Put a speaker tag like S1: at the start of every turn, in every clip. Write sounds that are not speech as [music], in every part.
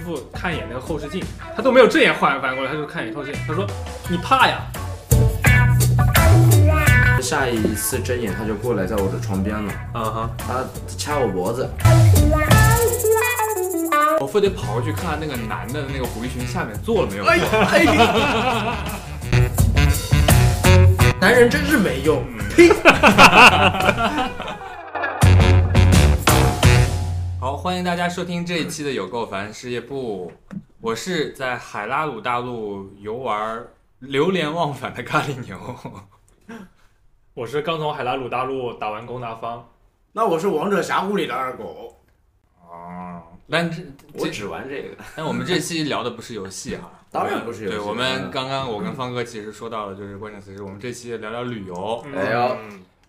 S1: 傅看一眼那个后视镜，他都没有正眼换反过来，他就看一眼后视镜，他说你怕呀？
S2: 下一次睁眼他就过来在我的床边了，
S3: 啊哈！
S2: 他掐我脖子，
S3: 我非得跑过去看那个男的那个狐狸裙下面坐了没有？
S2: 男人真是没用。
S3: 好，欢迎大家收听这一期的有够烦事业部，我是在海拉鲁大陆游玩流连忘返的咖喱牛。
S1: 我是刚从海拉鲁大陆打完工大方，
S4: 那我是王者峡谷里的二狗，
S3: 哦，但这
S2: 我
S3: 这
S2: 只玩这个，
S3: 但我们这期聊的不是游戏哈、
S2: 当然不是游戏
S3: 对，我
S2: 当然
S3: 们刚刚我跟方哥其实说到了，就是关键词是我们这期聊聊旅游。
S1: 嗯
S2: 哎呦，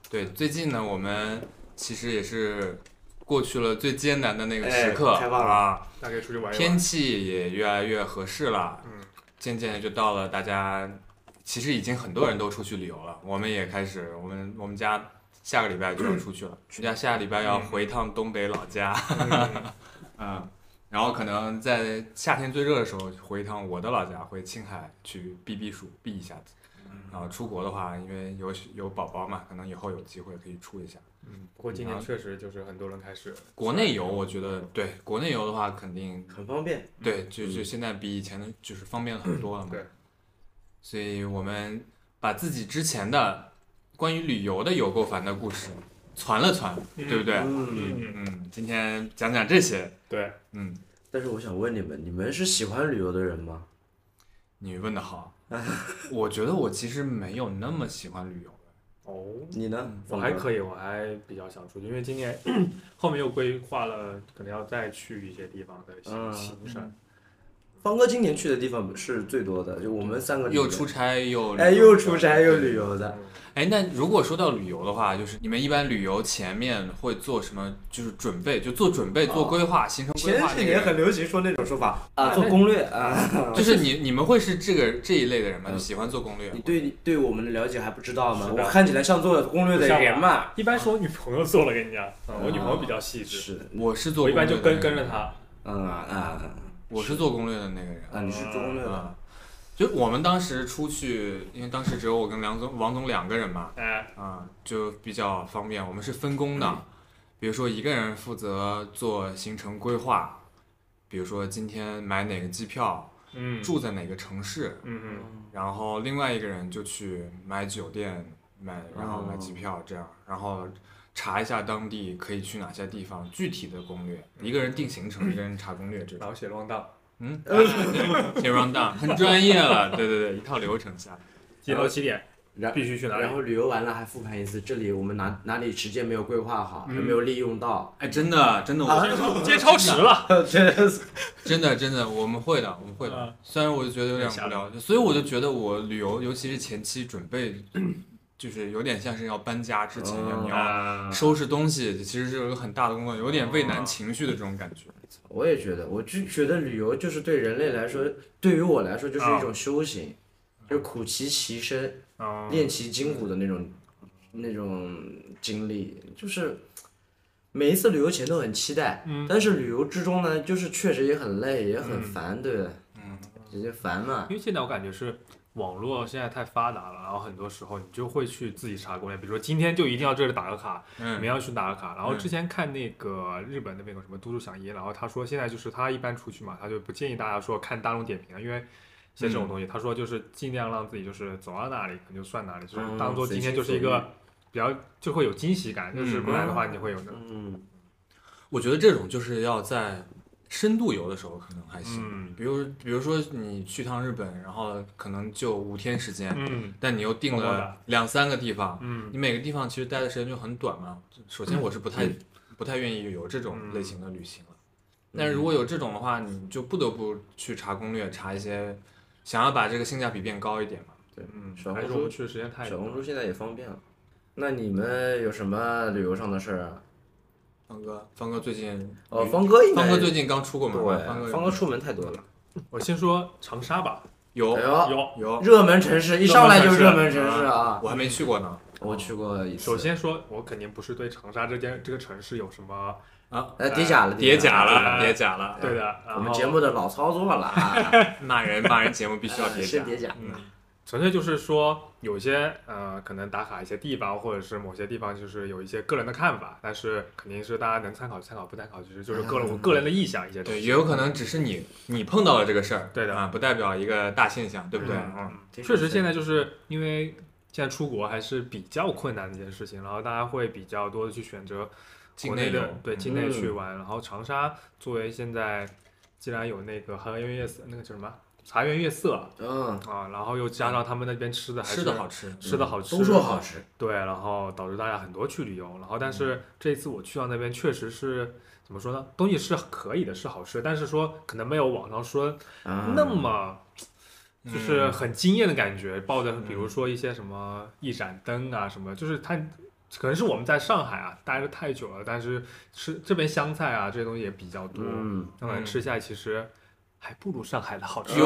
S3: 对，最近呢，我们其实也是过去了最艰难的那个时
S2: 哎
S3: 刻、
S4: 开放了
S3: 啊，
S1: 大概出去玩一
S3: 天
S1: 玩。
S3: 气也越来越合适了，
S1: 嗯，
S3: 渐渐的就到了大家其实已经很多人都出去旅游了，我们也开始，我们我们家下个礼拜就要出去了，全家下个礼拜要回一趟东北老家，
S1: 嗯
S3: 嗯，然后可能在夏天最热的时候回一趟我的老家，回青海去避避暑，避一下子。然后出国的话，因为有有宝宝嘛，可能以后有机会可以出一下。
S1: 嗯，不过今年确实就是很多人开始
S3: 国内游，我觉得对国内游的话，肯定
S4: 很方便。
S3: 对，就
S2: 嗯
S3: 就现在比以前的就是方便了很多了嘛。
S1: 对，
S3: 所以我们把自己之前的关于旅游的有够烦的故事传了传，
S1: 嗯
S3: 对不啊对？
S4: 嗯，
S1: 嗯，
S3: 嗯，今天讲讲这些。
S1: 对，
S3: 嗯，
S2: 但是我想问你们，你们是喜欢旅游的人吗？
S3: 你问的好， [laughs] 我觉得我其实没有那么喜欢旅游。
S1: 哦，
S2: 你呢？
S1: 我还可以，我还比较想出去，因为今年 [clears throat] 后面又规划了，可能要再去一些地方的行
S2: 嗯
S1: 行程。
S2: 方哥今年去的地方是最多的，就我们三个
S3: 又出差又
S2: 哎，又出差又旅游的。
S1: 嗯
S3: 哎，那如果说到旅游的话，就是你们一般旅游前面会做什么？就是准备，就做准备、
S2: 哦
S3: 做规划、行程规
S4: 前
S3: 划
S4: 几
S3: 那
S4: 年
S3: 个
S4: 很。流行说那种说法，
S2: 啊，做攻略啊，嗯
S3: 就是你你们会是这个这一类的人吗？就喜欢做攻略
S2: 你？对对我们的了解还不知道吗？
S1: 是的
S2: 我看起来像做攻略的
S3: 啊
S2: 人嘛，
S1: 一般是我女朋友做了，跟你讲，嗯我女朋友比较细致，
S2: 是，
S3: 我是做
S1: 我一
S3: 攻略
S1: 般
S3: 的
S1: 就
S3: 那个人，
S1: 跟跟着她。
S2: 嗯啊
S3: 我是做攻略的那个人。
S2: 啊，你是做攻略的，
S3: 啊，就我们当时出去，因为当时只有我跟梁总、王总两个人嘛，
S1: 哎，
S3: 啊，就比较方便。我们是分工
S2: 嗯
S3: 的，比如说一个人负责做行程规划，比如说今天买哪个机票，
S1: 嗯，
S3: 住在哪个城市，
S1: 嗯
S3: 然后另外一个人就去买酒店，买然后买
S2: 哦
S3: 机票这样，然后查一下当地可以去哪些地方，具体的攻略，一个人定行程，一个人查攻略这
S1: 嗯，
S3: 种。
S1: 然后写 round down，
S2: [laughs]
S3: 嗯，写 round down 很专业了，对对对，一套流程下来。
S1: 几到几点
S2: 然
S1: 必须去哪里
S2: 然？后旅游完了还复盘一次，这里我们哪哪里时间没有规划好，还
S1: 嗯
S2: 没有利
S1: [laughs]
S2: 用到，
S3: 哎，真的真的，
S2: 啊 [laughs]
S3: 我
S1: 今天超时了，
S3: 真的真的，我们会的，我们会的
S2: 啊
S1: 嗯。
S3: 虽然我就觉得有点
S1: 吓
S3: 无聊，所以我就觉得我旅游，尤其是前期准备，就是有点像是要搬家之前一样，
S2: 哦
S3: 你要
S1: 啊，
S3: 收拾东西其实是有一个很大的工作，有点畏难情绪的这种感觉。
S2: [laughs] 我也觉得，我就觉得旅游就是对人类来说，对于我来说就是一种修行，
S1: 嗯
S2: 就是苦其其身，
S1: 哦
S2: 练其筋骨的那种那种经历，就是每一次旅游前都很期待，
S1: 嗯
S2: 但是旅游之中呢，就是确实也很累，也很烦，对不对？
S3: 嗯，
S2: 直接烦嘛。
S1: 因为现在我感觉是网络现在太发达了，然后很多时候你就会去自己查攻略，比如说今天就一定要这里打个卡，明
S3: 嗯
S1: 天要去打个卡。然后
S3: 嗯
S1: 之前看那个日本那边有什么都筑响一，然后他说现在就是他一般出去嘛，他就不建议大家说看大众点评了，因为。像这种东西，他说就是尽量让自己就是走到哪里你就算哪里，就是
S2: 嗯
S1: 当做今天
S2: 随心
S1: 就是一
S2: 所欲
S1: 个比较就会有惊喜感，就是
S3: 嗯
S1: 不然的话你会有那
S2: 嗯，
S3: 我觉得这种就是要在深度游的时候可能还行，
S1: 嗯
S3: 比如比如说你去趟日本，然后可能就五天时间，
S1: 嗯
S3: 但你又定
S1: 默默
S3: 了
S1: 地
S3: 两三个地方，
S1: 嗯
S3: 你每个地方其实待的时间就很短嘛。首先我是不太不太愿意有这种类型的旅行了，但是如果有这种的话，你就不得不去查攻略，查一些想要把这个性价比变高一点嘛。
S1: 嗯，
S2: 小
S1: 还
S2: 红
S1: 是
S2: 书
S1: 我们去的时间太
S2: 小红书
S1: 多
S2: 现在也方便了。那你们有什么旅游上的事儿啊？
S3: 方哥，方哥最近
S2: 哦，方哥应该
S3: 方哥最近刚出过门
S2: 对，
S3: 吧，方哥有
S2: 方哥出门太多了。
S1: 了。我先说长沙吧，
S3: 有
S2: 哎呦，
S1: 有，
S3: 有，
S2: 热门城市一上来就热门城市啊！
S3: 我还没去过呢。
S2: 我去过一次。
S1: 首，先说，我肯定不是对长沙这件这个城市有什么
S3: 啊，
S2: 哎，叠假了，
S3: 叠假
S2: 假
S3: 了，叠假了，
S1: 对的，然
S2: 我
S1: 后
S2: 们节目的老操作了啊，
S3: 骂人骂人节 [laughs] 目必须要叠
S2: 呃是
S3: 假，
S2: 叠假，
S1: 嗯，纯粹就是说，有些呃，可能打卡一些地方，或者是某些地方，就是有一些个人的看法，但是肯定是大家能参考就参考，不参考就是就是个人我个人的意向一些东
S3: 哎对，
S1: 西。
S3: 也有可能只是你你碰到了这个事儿，
S1: 对的
S3: 啊，不代表一个大现象，对不对？嗯，
S2: 挺
S1: 确实，
S2: 神奇
S1: 现在就是因为现在出国还是比较困难的一件事情，然后大家会比较多的去选择
S3: 境
S1: 国
S3: 内
S1: 内
S3: 游
S1: 的，对境内去玩。然后长沙作为现在既然有那个韩园月色，那个叫什么茶园月色
S2: 嗯，
S1: 啊，然后又加上他们那边吃的还是
S3: 吃的好吃，
S1: 吃的好吃，
S2: 都说好吃，
S1: 对，然后导致大家很多去旅游，然后但是这次我去到那边确实是怎么说呢？东西是可以的，是好吃，但是说可能没有网上说
S2: 啊
S1: 那么
S3: 嗯
S1: 就是很惊艳的感觉，抱着比如说一些什么一盏灯啊什么，就是它可能是我们在上海啊待的太久了，但是吃这边湘菜啊这些东西也比较多，
S2: 嗯，
S1: 那么
S3: 嗯
S1: 吃下来其实还不如上海的好吃。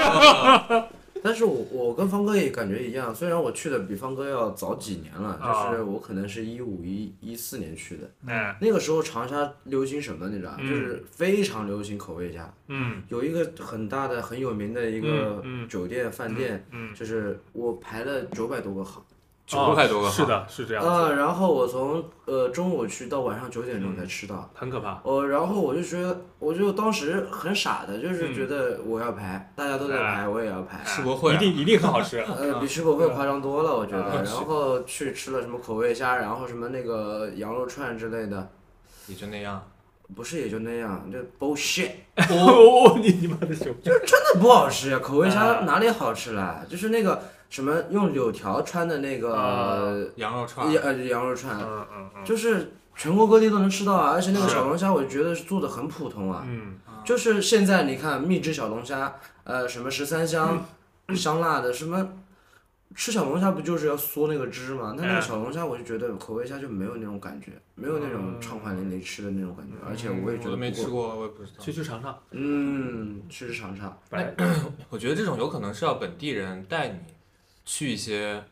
S3: [laughs]
S2: 但是我我跟方哥也感觉一样，虽然我去的比方哥要早几年了，
S1: 啊
S2: 但是我可能是一五一一四年去的，
S1: 哎，
S2: 那个时候长沙流行什么你知道吗？
S1: 嗯
S2: 就是非常流行口味家，
S1: 嗯
S2: 有一个很大的很有名的一个
S1: 嗯嗯
S2: 酒店饭店，
S1: 嗯，
S2: 就是我排了九百多个号，
S3: 九百多个
S1: 哦
S3: 号
S1: 是的，是这样子，
S2: 呃，然后我从呃中午去到晚上九点钟
S1: 嗯
S2: 才吃到，
S1: 很可怕。
S2: 呃，然后我就觉得，我就当时很傻的，
S1: 嗯
S2: 就是觉得我要排，大家都
S1: 啊
S2: 在排，我也要排。
S3: 世博会
S1: 一
S3: 啊
S1: 定一定很好 [laughs] 吃。
S2: 呃，比世博会夸张多了，我
S1: 嗯
S2: 觉得。然后去吃了什么口味虾，然后什么那个羊肉串之类的，
S3: 也就那样，
S2: 不是也就那样，就 bullshit，
S1: 哦，你你妈的熊！
S2: 真的不好吃呀！口味虾
S3: 嗯
S2: 哪里好吃啦？就是那个什么用柳条穿的那个
S3: 羊肉串
S2: 羊呃羊肉串，
S1: 嗯嗯嗯
S2: 就是全国各地都能吃到啊，而且那个
S1: 是
S2: 小龙虾，我觉得是做的很普通啊。
S1: 嗯，
S2: 就是现在你看秘制小龙虾，呃，什么十三香、
S3: 嗯
S2: 香辣的什么。吃小龙虾不就是要嗦那个汁吗？它那
S1: 哎
S3: 嗯
S2: 个小龙虾，我就觉得口味虾就没有那种感觉，没有那种畅快淋漓吃的那种感觉，而且我也觉
S3: 嗯我
S2: 得
S3: 都没
S2: 不够
S3: 吃。过，我也不知道。
S1: 去去尝尝。
S2: 嗯，去吃尝尝。
S1: 反正
S3: 我觉得这种有可能是要本地人带你去一些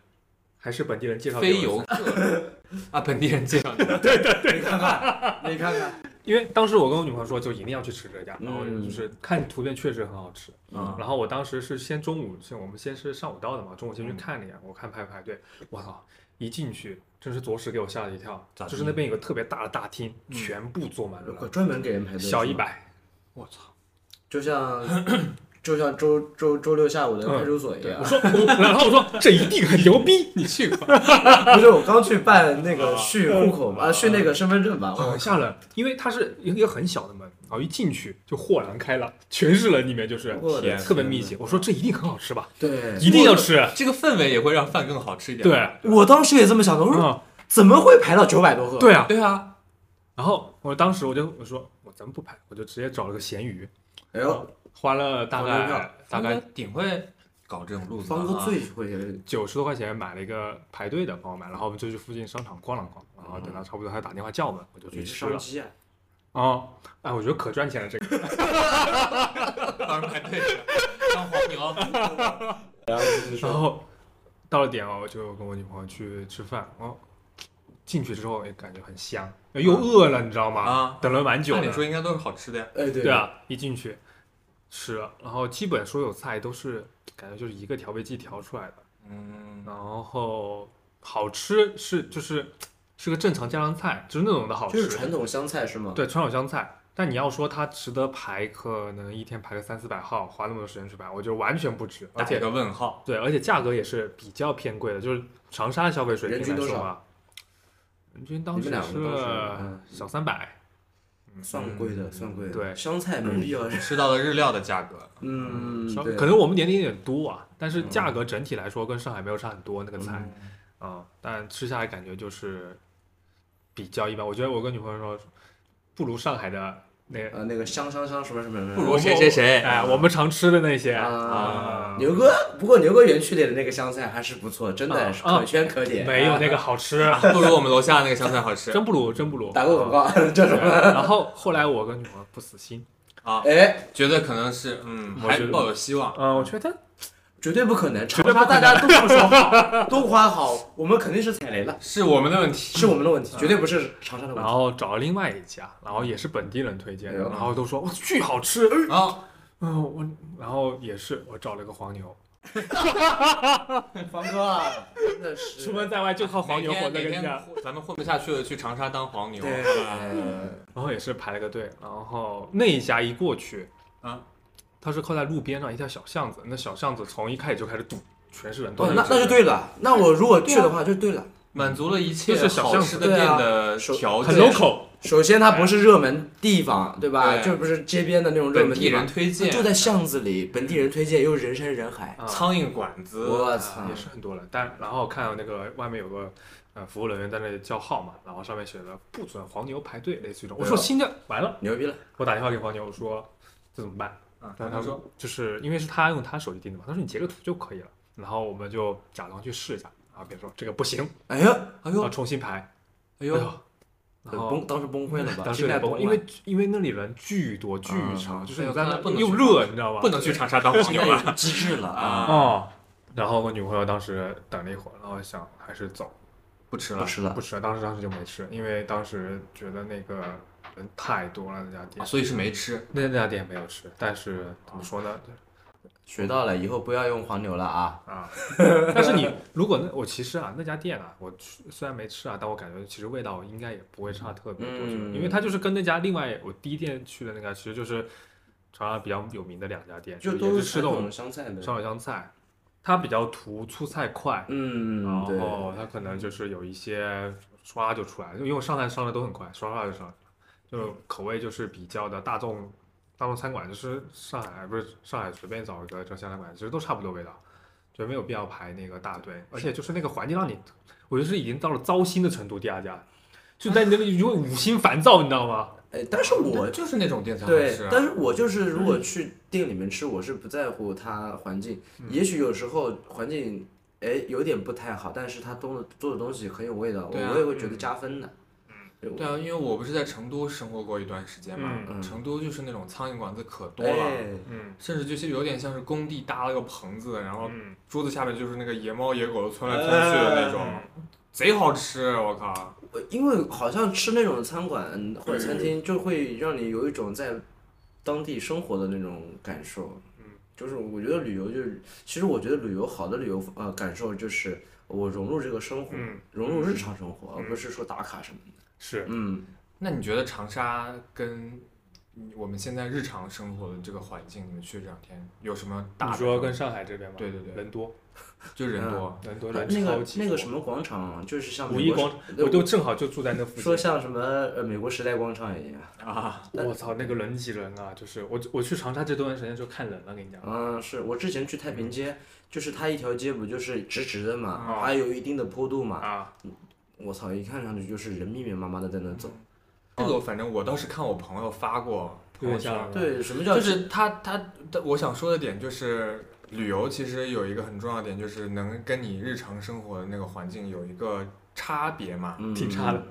S1: 还是本地人介绍给我
S3: 非
S1: 的
S3: 游客 [laughs] 啊，本地人介绍你。
S2: 你看看，你看看，
S1: 因为当时我跟我女朋友说，就一定要去吃这家，
S2: 嗯
S1: 然后就是看图片确实很好吃。
S2: 啊
S3: 嗯
S1: 然后我当时是先中午，先我们先是上午到的嘛，中午先去看了一眼，我看排不排队，我操，一进去真是着实给我吓了一跳，
S3: 咋地
S1: 就是那边有个特别大的大厅，全部坐满
S2: 我
S1: 了，
S2: 专门给人排队。
S1: 小一，百，
S3: 我操！
S2: 就像 [clears throat] 就像周周周六下午的派出所一样。
S1: 我说我， [laughs] 然后我说这一定很牛逼， [laughs]
S3: 你去过？
S2: 不是我刚去办那个续户口嘛，啊啊续那个身份证吧，
S1: 好吓人，因为它是一个很小的门，然后一进去就豁然开朗，全是人，里面就是
S2: 我的哎
S3: 天
S1: 特别密集，我说这一定很好吃吧，
S2: 对，
S1: 一定要吃，
S3: 这个氛围也会让饭更好吃一点。
S1: 对，
S2: 我当时也这么想的，我说
S1: 嗯，
S2: 怎么会排到九百多个？
S1: 对啊，
S3: 对啊，
S1: 然后我当时我就我说我咱们不排，我就直接找了个咸鱼，
S2: 哎呦，
S1: 花了大
S2: 黄牛票
S1: 概大概
S3: 顶会搞这种路子的
S2: 方哥
S3: 啊。
S2: 最会这个
S1: 九十多块钱买了一个排队的帮我买，然后我们就去附近商场逛了逛，然后等到差不多他打电话叫我们，我就去
S2: 也是
S1: 吃
S2: 商
S1: 了。
S2: 机啊，
S1: 哦，哎，我觉得可赚钱了这个。
S3: 啊当然排队了，当黄牛。
S1: 然后到了点哦，我就跟我女朋友去吃饭，哦，进去之后也哎感觉很香，哎又饿了，你知道吗？
S3: 啊
S1: 等了蛮久
S3: 按
S1: 的
S3: 理。说应该都是好吃的呀。
S2: 哎对
S1: 对，啊，一进去吃了，然后基本所有菜都是感觉就是一个调味剂调出来的。
S3: 嗯，
S1: 然后好吃是就是是个正常家常菜，就是那种的好
S2: 就
S1: 吃，
S2: 是传统湘菜是吗？
S1: 对传统湘菜。但你要说它值得排，可能一天排个三四百号，花那么多时间去排，我觉得完全不值。而
S3: 打一
S1: 且
S3: 个问号。
S1: 对，而且价格也是比较偏贵的，就是长沙的消费水
S2: 人
S1: 平
S2: 均
S1: 来
S2: 多
S1: 说
S2: 少
S1: 吧，人均当
S2: 你
S1: 时
S2: 们两
S1: 是
S2: 个都是嗯
S1: 小三百，
S2: 算贵的，算贵的。
S1: 对
S2: 湘菜没必要。
S3: 吃到了日料的价格， [laughs]
S2: 嗯，
S1: 稍
S2: 对，嗯
S1: 可能我们年龄有点多啊，但是价格整体来说跟上海没有差很多那个菜，
S2: 嗯
S1: 啊，但吃下来感觉就是比较一般。我觉得我跟女朋友说，不如上海的那个，
S2: 呃那个香香香什么什么什么，
S3: 不如谁谁谁
S1: 哎，我们常吃的那些
S2: 啊
S1: 啊，
S2: 牛哥，不过牛哥园区里的那个湘菜还是不错，真的是
S1: 啊
S2: 可圈可点。
S1: 没有那个好吃，
S3: 不如我们楼下那个湘菜好吃 [laughs]
S1: 真不如，真不如。
S2: 打个广告， [laughs] 这
S1: 对
S2: 种
S1: 然后后来我跟女朋友不死心，
S3: 啊！
S2: 哎，
S3: 觉得可能是嗯，
S1: 我
S3: 还
S1: 觉得
S3: 抱有希望。
S1: 啊嗯，我觉得
S2: 绝对不可能。长
S1: 对不
S2: 沙
S1: 可能
S2: 大家都这么说好，都夸好，我们肯定是踩雷
S3: [laughs]
S2: 了，
S3: 是我们的问题。 [laughs]
S2: 是我们的问题，绝对不是长沙的
S1: 嗯
S2: 问
S1: 然
S2: 题。
S1: 后找了另外一家，然后也是本地人推荐的，
S2: 哎呦
S1: 然后都说哇巨好吃，哎
S3: 啊，
S1: 嗯、我然后也是我找了个黄牛，
S2: 方哥啊，真的是
S1: 出门在外就靠黄牛活
S3: 每
S1: 着跟
S3: 天每天
S1: 家，
S3: 混咱们混不下去了，去长沙当黄牛。
S2: 对
S3: 好吧，
S1: 然后也是排了个队，然后那一家一过去
S3: 啊，
S1: 它是靠在路边上一条小巷子，那小巷子从一开始就开始堵，全是人都
S2: 哦
S1: 在
S2: 那那就对了。那我如果去的话就对了。
S3: 满足了一切
S1: 就是小巷
S3: 好
S1: 子
S3: 吃的店的
S2: 对啊
S3: 条
S1: 很
S3: 件，
S1: local，
S2: 首先，它不是热门地方，对吧？
S3: 对
S2: 就不是街边的那种热
S3: 本
S2: 门
S3: 地
S2: 地
S3: 人
S2: 方，
S3: 推
S2: 它
S3: 荐，
S2: 就在巷子里，本地人推荐，又人山人海。
S1: 啊
S3: 苍蝇馆子。
S2: 我操
S1: 也！是很多人，但然后看到那个外面有个呃服务人员在那里叫号嘛，然后上面写着不准黄牛排队，类似于这种。我说
S2: 对啊
S1: 新的完了，
S2: 牛逼了，
S1: 我打电话给黄牛，我说这怎么办？
S3: 嗯
S1: 然后
S3: 他
S1: 他
S3: 说
S1: 说就是因为是他用他手机订的嘛，他说你截个图就可以了。然后我们就假装去试一下，然后别人说这个不行，
S2: 哎呀，
S3: 哎
S1: 然后
S3: 呦，
S1: 重新排。
S3: 哎
S1: 哎
S3: 呦，
S1: 呦然后
S2: 崩，当时崩溃了吧？
S1: 哦当时
S2: 心
S1: 有
S2: 态
S1: 点崩，
S2: 溃
S1: 因为因为那里人巨多巨
S2: 嗯
S1: 长，
S2: 嗯
S1: 就是你
S3: 哎
S1: 在
S3: 看来
S1: 那
S3: 不能
S1: 又
S3: 去
S1: 热，你知道吧？
S3: 不能去长沙当黄
S2: 现
S3: 牛
S2: 在
S3: [laughs] 了。
S2: 有机制了啊！
S3: 啊，
S1: 哦。然后我女朋友当时等了一会儿，然后想还是走，
S3: 不吃
S2: 不
S3: 了。
S2: 吃了
S1: 不，吃了，当时当时就没吃，因为当时觉得那个人太多了，那家
S3: 啊
S1: 店，
S3: 所以是没吃，
S1: 那那家店没有吃，但是怎么说呢？
S2: 学到了，以后不要用黄牛了啊！ [laughs]
S1: 啊，但是你如果那我其实啊那家店啊，我去虽然没吃啊，但我感觉其实味道应该也不会差特别多，就是
S2: 嗯
S1: 因为它就是跟那家另外我第一店去的那家，其实就是长沙比较有名的两家店，
S2: 就
S1: 也
S2: 都
S1: 是
S2: 是
S1: 吃那
S2: 传统
S1: 种
S2: 湘菜的，
S1: 烧烤香菜，它比较图出菜哦快，
S2: 嗯，对
S1: 然，后它可能就是有一些刷就出来了，就因为我上菜上的都很快，刷刷就上来了，
S2: 嗯
S1: 就口味就是比较的大众。大众餐馆就是上海，哎不是上海随便找一个这湘菜馆，其实都差不多味道，就没有必要排那个大队。而且就是那个环境让你，我觉得是已经到了糟心的程度。第二家，就在你那里，如果五心烦躁，你知道吗？
S2: 哎，但是我
S3: 就是那种店才好
S2: 对
S3: 吃，啊。
S2: 但是我就是如果去店里面吃，我是不在乎它环境，也许有时候环境哎有点不太好，但是它东的做的东西很有味道，
S3: 对啊
S2: 我也会觉得加分的。嗯
S3: 对啊，因为我不是在成都生活过一段时间嘛，
S2: 嗯
S3: 成都就是那种苍蝇馆子可多了，
S2: 哎
S1: 嗯
S3: 甚至就是有点像是工地搭了个棚子，然后
S1: 嗯，哎
S3: 桌子下面就是那个野猫野狗的窜来窜去的那种，贼好吃，我靠！
S2: 我因为好像吃那种餐馆或者餐厅，就会让你有一种在当地生活的那种感受。
S1: 嗯，
S2: 就是我觉得旅游就是，其实我觉得旅游好的旅游呃感受就是我融入这个生活，
S1: 嗯
S2: 融入日常生活，
S1: 嗯
S2: 而不是说打卡什么的。
S1: 是
S2: 嗯，
S3: 那你觉得长沙跟我们现在日常生活的这个环境，你们去这两天有什么大
S1: 你
S3: 的
S1: 说跟嗯
S3: 变化
S1: 上海这边吧，
S3: 对对对
S1: 人多
S3: 就人多，
S1: 人多
S2: 啊那
S1: 人
S2: 那
S1: 超
S2: 个
S1: 级
S2: 那个
S1: 多
S2: 什么广场，就是像
S1: 五
S2: 美
S1: 一
S2: 国
S1: 广
S2: 时，
S1: 我就正好就住在那附近。
S2: 说像什么呃美国时代广场一样。
S3: 啊，
S1: 我操，那个人挤人啊！就是我我去长沙这段时间就看人了，跟你讲。
S2: 嗯，是我之前去太平街，就是它一条街不就是直直的嘛
S1: 啊，
S2: 还有一定的坡度嘛。
S1: 啊，
S2: 我操，一看上去就是人密密麻麻的在那走。
S3: 这个反正我倒是看我朋友发过朋友圈
S1: 有点像，
S2: 对，什么叫
S3: 就是他他，但我想说的点就是，旅游其实有一个很重要的点，就是能跟你日常生活的那个环境有一个差别嘛，
S2: 嗯
S1: 挺差的，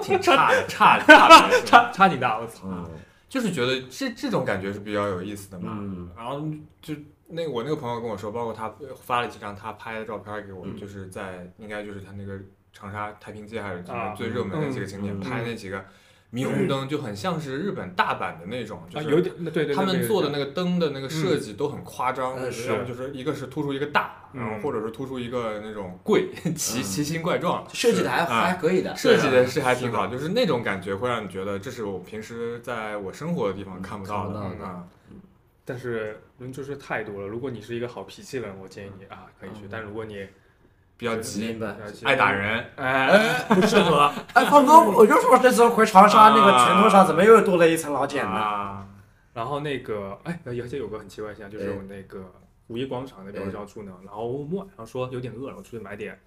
S3: 挺差的，差差别是吧，
S1: 差差挺大，我操！
S2: 嗯
S3: 就是觉得这这种感觉是比较有意思的嘛。
S2: 嗯
S3: 然后就那我那个朋友跟我说，包括他发了几张他拍的照片给我，
S2: 嗯
S3: 就是在应该就是他那个长沙太平街还是什
S1: 啊
S3: 么最热门的几个景点，
S2: 嗯
S3: 拍那几个霓虹灯就很像是日本大阪的那种，就
S1: 啊，
S3: 是
S1: 有点对对对，
S3: 他
S1: 对
S3: 们
S1: 对
S3: 做的
S1: 对嗯呃
S3: 那个灯的那个设计都很夸张，
S2: 嗯
S3: 要么就是一个是突出一个大，然
S1: 嗯
S3: 后或者是突出一个那种贵 [laughs] 奇奇形怪状，
S2: 设计的还
S3: 啊
S2: 还可以的，
S3: 设计的是还挺好，就是那种感觉会让你觉得这是我平时在我生活的地方嗯看不到的
S2: 看
S1: 不到
S3: 啊。
S1: 但是人就是太多了。如果你是一个好脾气的人，我建议你啊可以去。但如果你
S3: 比较急
S2: 明，白。
S3: 爱打，人，
S1: 哎， [laughs] 不适合。
S2: 哎，胖哥，我就说这次回长沙那个
S3: 啊
S2: 拳头上怎么又多了一层老茧呢？
S3: 啊，
S1: 然后那个哎，而且有个很奇怪的现象，就是
S2: 哎
S1: 我那个五一广场那边我就要住呢，然后我晚上说有点饿了，我出去买点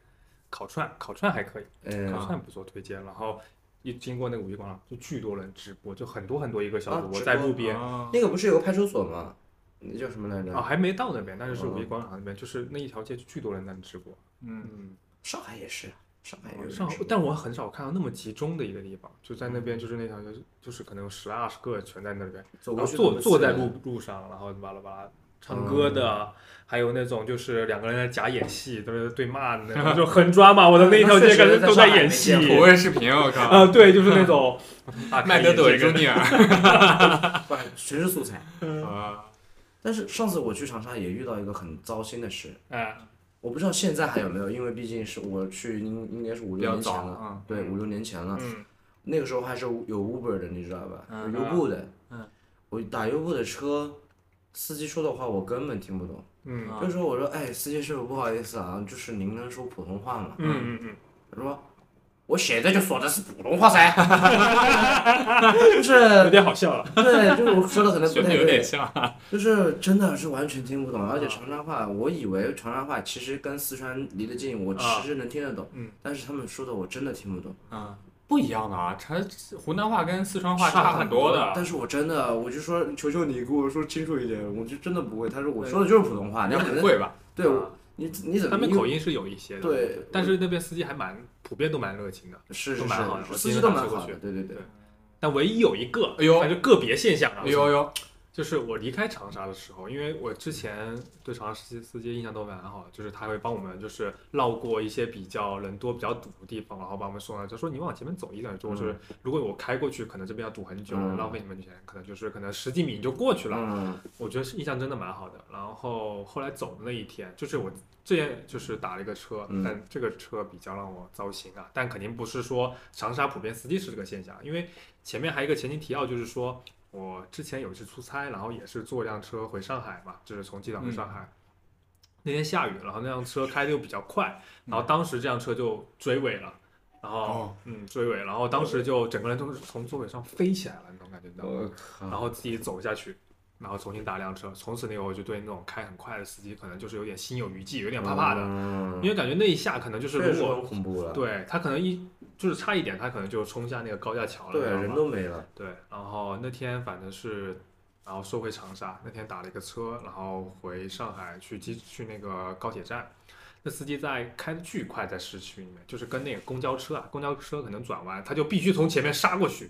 S1: 烤串，烤串还可以。
S2: 嗯
S1: 烤串不错，推荐。然后一经过那个五一广场，就巨多人直播，就很多很多一个小
S2: 啊
S1: 主播
S2: 直
S1: 在
S2: 播
S1: 路边
S3: 啊
S2: 那个不是有个派出所吗？那叫什么来
S1: 啊，
S2: 着？
S1: 还没到那边，但是是
S2: 嗯
S1: 五一广场那边，就是那一条街巨多人在那直播。
S3: 嗯，
S1: 嗯，
S2: 上海也哎是，嗯上海也有。
S1: 上但我很少看到那么集中的一个地方，就在那边，就是那条街，就是可能有十来二十个全在那边，
S2: 走
S1: 然后
S2: 过去嗯
S1: 坐
S2: 都不
S1: 坐在
S2: 自然
S1: 路路上，然后巴拉巴拉唱歌的，还有那种就是两个人在假演戏，都是对骂的那种，就很抓嘛。我的那一条街感觉都在演戏
S2: 那确实在上海没见
S3: 土味视频，我靠，
S1: 啊，对，就是那
S2: [laughs]
S1: 种啊大开
S3: 麦德
S1: 眼界
S3: 朵
S1: 跟
S3: [laughs] Junior
S2: 不然 [laughs] 全是素材。
S3: 啊，
S2: 但是上次我去长沙也遇到一个很糟心的事，
S1: 哎，
S2: 我不知道现在还有没有，因为毕竟是我去应应该是五
S3: 比
S2: 六
S3: 较
S2: 年前
S3: 早
S2: 了，
S3: 了，
S2: 嗯对，五六年前了。
S1: 嗯
S2: 那个时候还是有 Uber 的，你知道吧？
S3: 嗯
S2: 有优步的。
S3: 嗯。
S2: 我打优步的车，司机说的话我根本听不懂。
S1: 嗯
S3: 嗯
S2: 就说我说，哎，司机师傅不好意思啊，就是您能说普通话吗？
S1: 嗯嗯
S2: 他说，我现在就说的是普通话噻。 [laughs] 就是
S1: 嗯，有点好笑了。
S2: 对，就是我说的可能不
S3: 学
S2: 太
S3: 的有点
S2: 对，
S3: 像，
S2: 就是真的是完全听不懂。而且长沙话，我以为长沙话其实跟四川离得近，我
S1: 啊
S2: 其实能听得懂
S1: 嗯，
S2: 但是他们说的我真的听不懂。
S3: 嗯，不一样的啊，它湖南话跟四川话差很多
S2: 但
S1: 啊
S3: 的，
S2: 是我真的，我就说，求求你给我说清楚一点，我就真的不会。他说我说的就是普通话，你 [laughs] 要可能
S3: 会吧？
S2: 对
S1: 啊
S2: 你你怎么
S1: 他们
S2: 因为
S1: 口音是有一些的，
S2: 对
S1: 但是那边司机还蛮普遍都蛮热情的，
S2: 是是
S1: 都蛮好的
S2: 是，
S1: 我
S2: 司
S1: 今
S2: 机
S1: 天
S2: 都
S1: 打
S2: 蛮
S1: 车过
S2: 好的，
S1: 去
S2: 对对对。
S1: 但唯一有一个，
S3: 哎呦
S1: 反正个别现象啊，
S3: 哎呦呦，
S1: 就是我离开长沙的时候，因为我之前对长沙司机司机印象都蛮好的，就是他会帮我们就是绕过一些比较人多、比较堵的地方，然后把我们送到。就说你往前面走一点，就是、
S3: 嗯
S1: 如果我开过去，可能这边要堵很久，
S2: 嗯
S1: 浪费你们钱，可能就是可能十几米你就过去了。
S2: 嗯，
S1: 我觉得是印象真的蛮好的。然后后来走的那一天，就是我这件就是打了一个车，
S2: 嗯
S1: 但这个车比较让我糟心啊。但肯定不是说长沙普遍司机是这个现象，因为前面还有一个前情提要，就是说我之前有一次出差，然后也是坐一辆车回上海嘛，就是从机场回上海。那天下雨，然后那辆车开的又比较快，然后当时这辆车就追尾了，然后、
S3: 哦
S1: 嗯追尾，然后当时就整个人都是从座位上飞起来了那种感觉，你知道吗？
S2: 我
S1: 然
S2: 靠，
S1: 后自己走下去，然后重新打辆车。从此那以后，我就对那种开很快的司机，可能就是有点心有余悸，有点怕怕的，
S2: 的
S1: 因为感觉那一下可能就是
S2: 嗯确
S1: 如
S2: 实很
S1: 果
S2: 恐怖了，
S1: 对他可能一就是差一点，他可能就冲下那个高架桥了，
S2: 对，
S1: 你知道
S2: 人
S1: 吗
S2: 都没了，
S1: 对。然后那天反正是，然后说回长沙，那天打了一个车，然后回上海去机去那个高铁站。那司机在开的巨快，在市区里面，就是跟那个公交车啊，公交车可能转弯，他就必须从前面杀过去，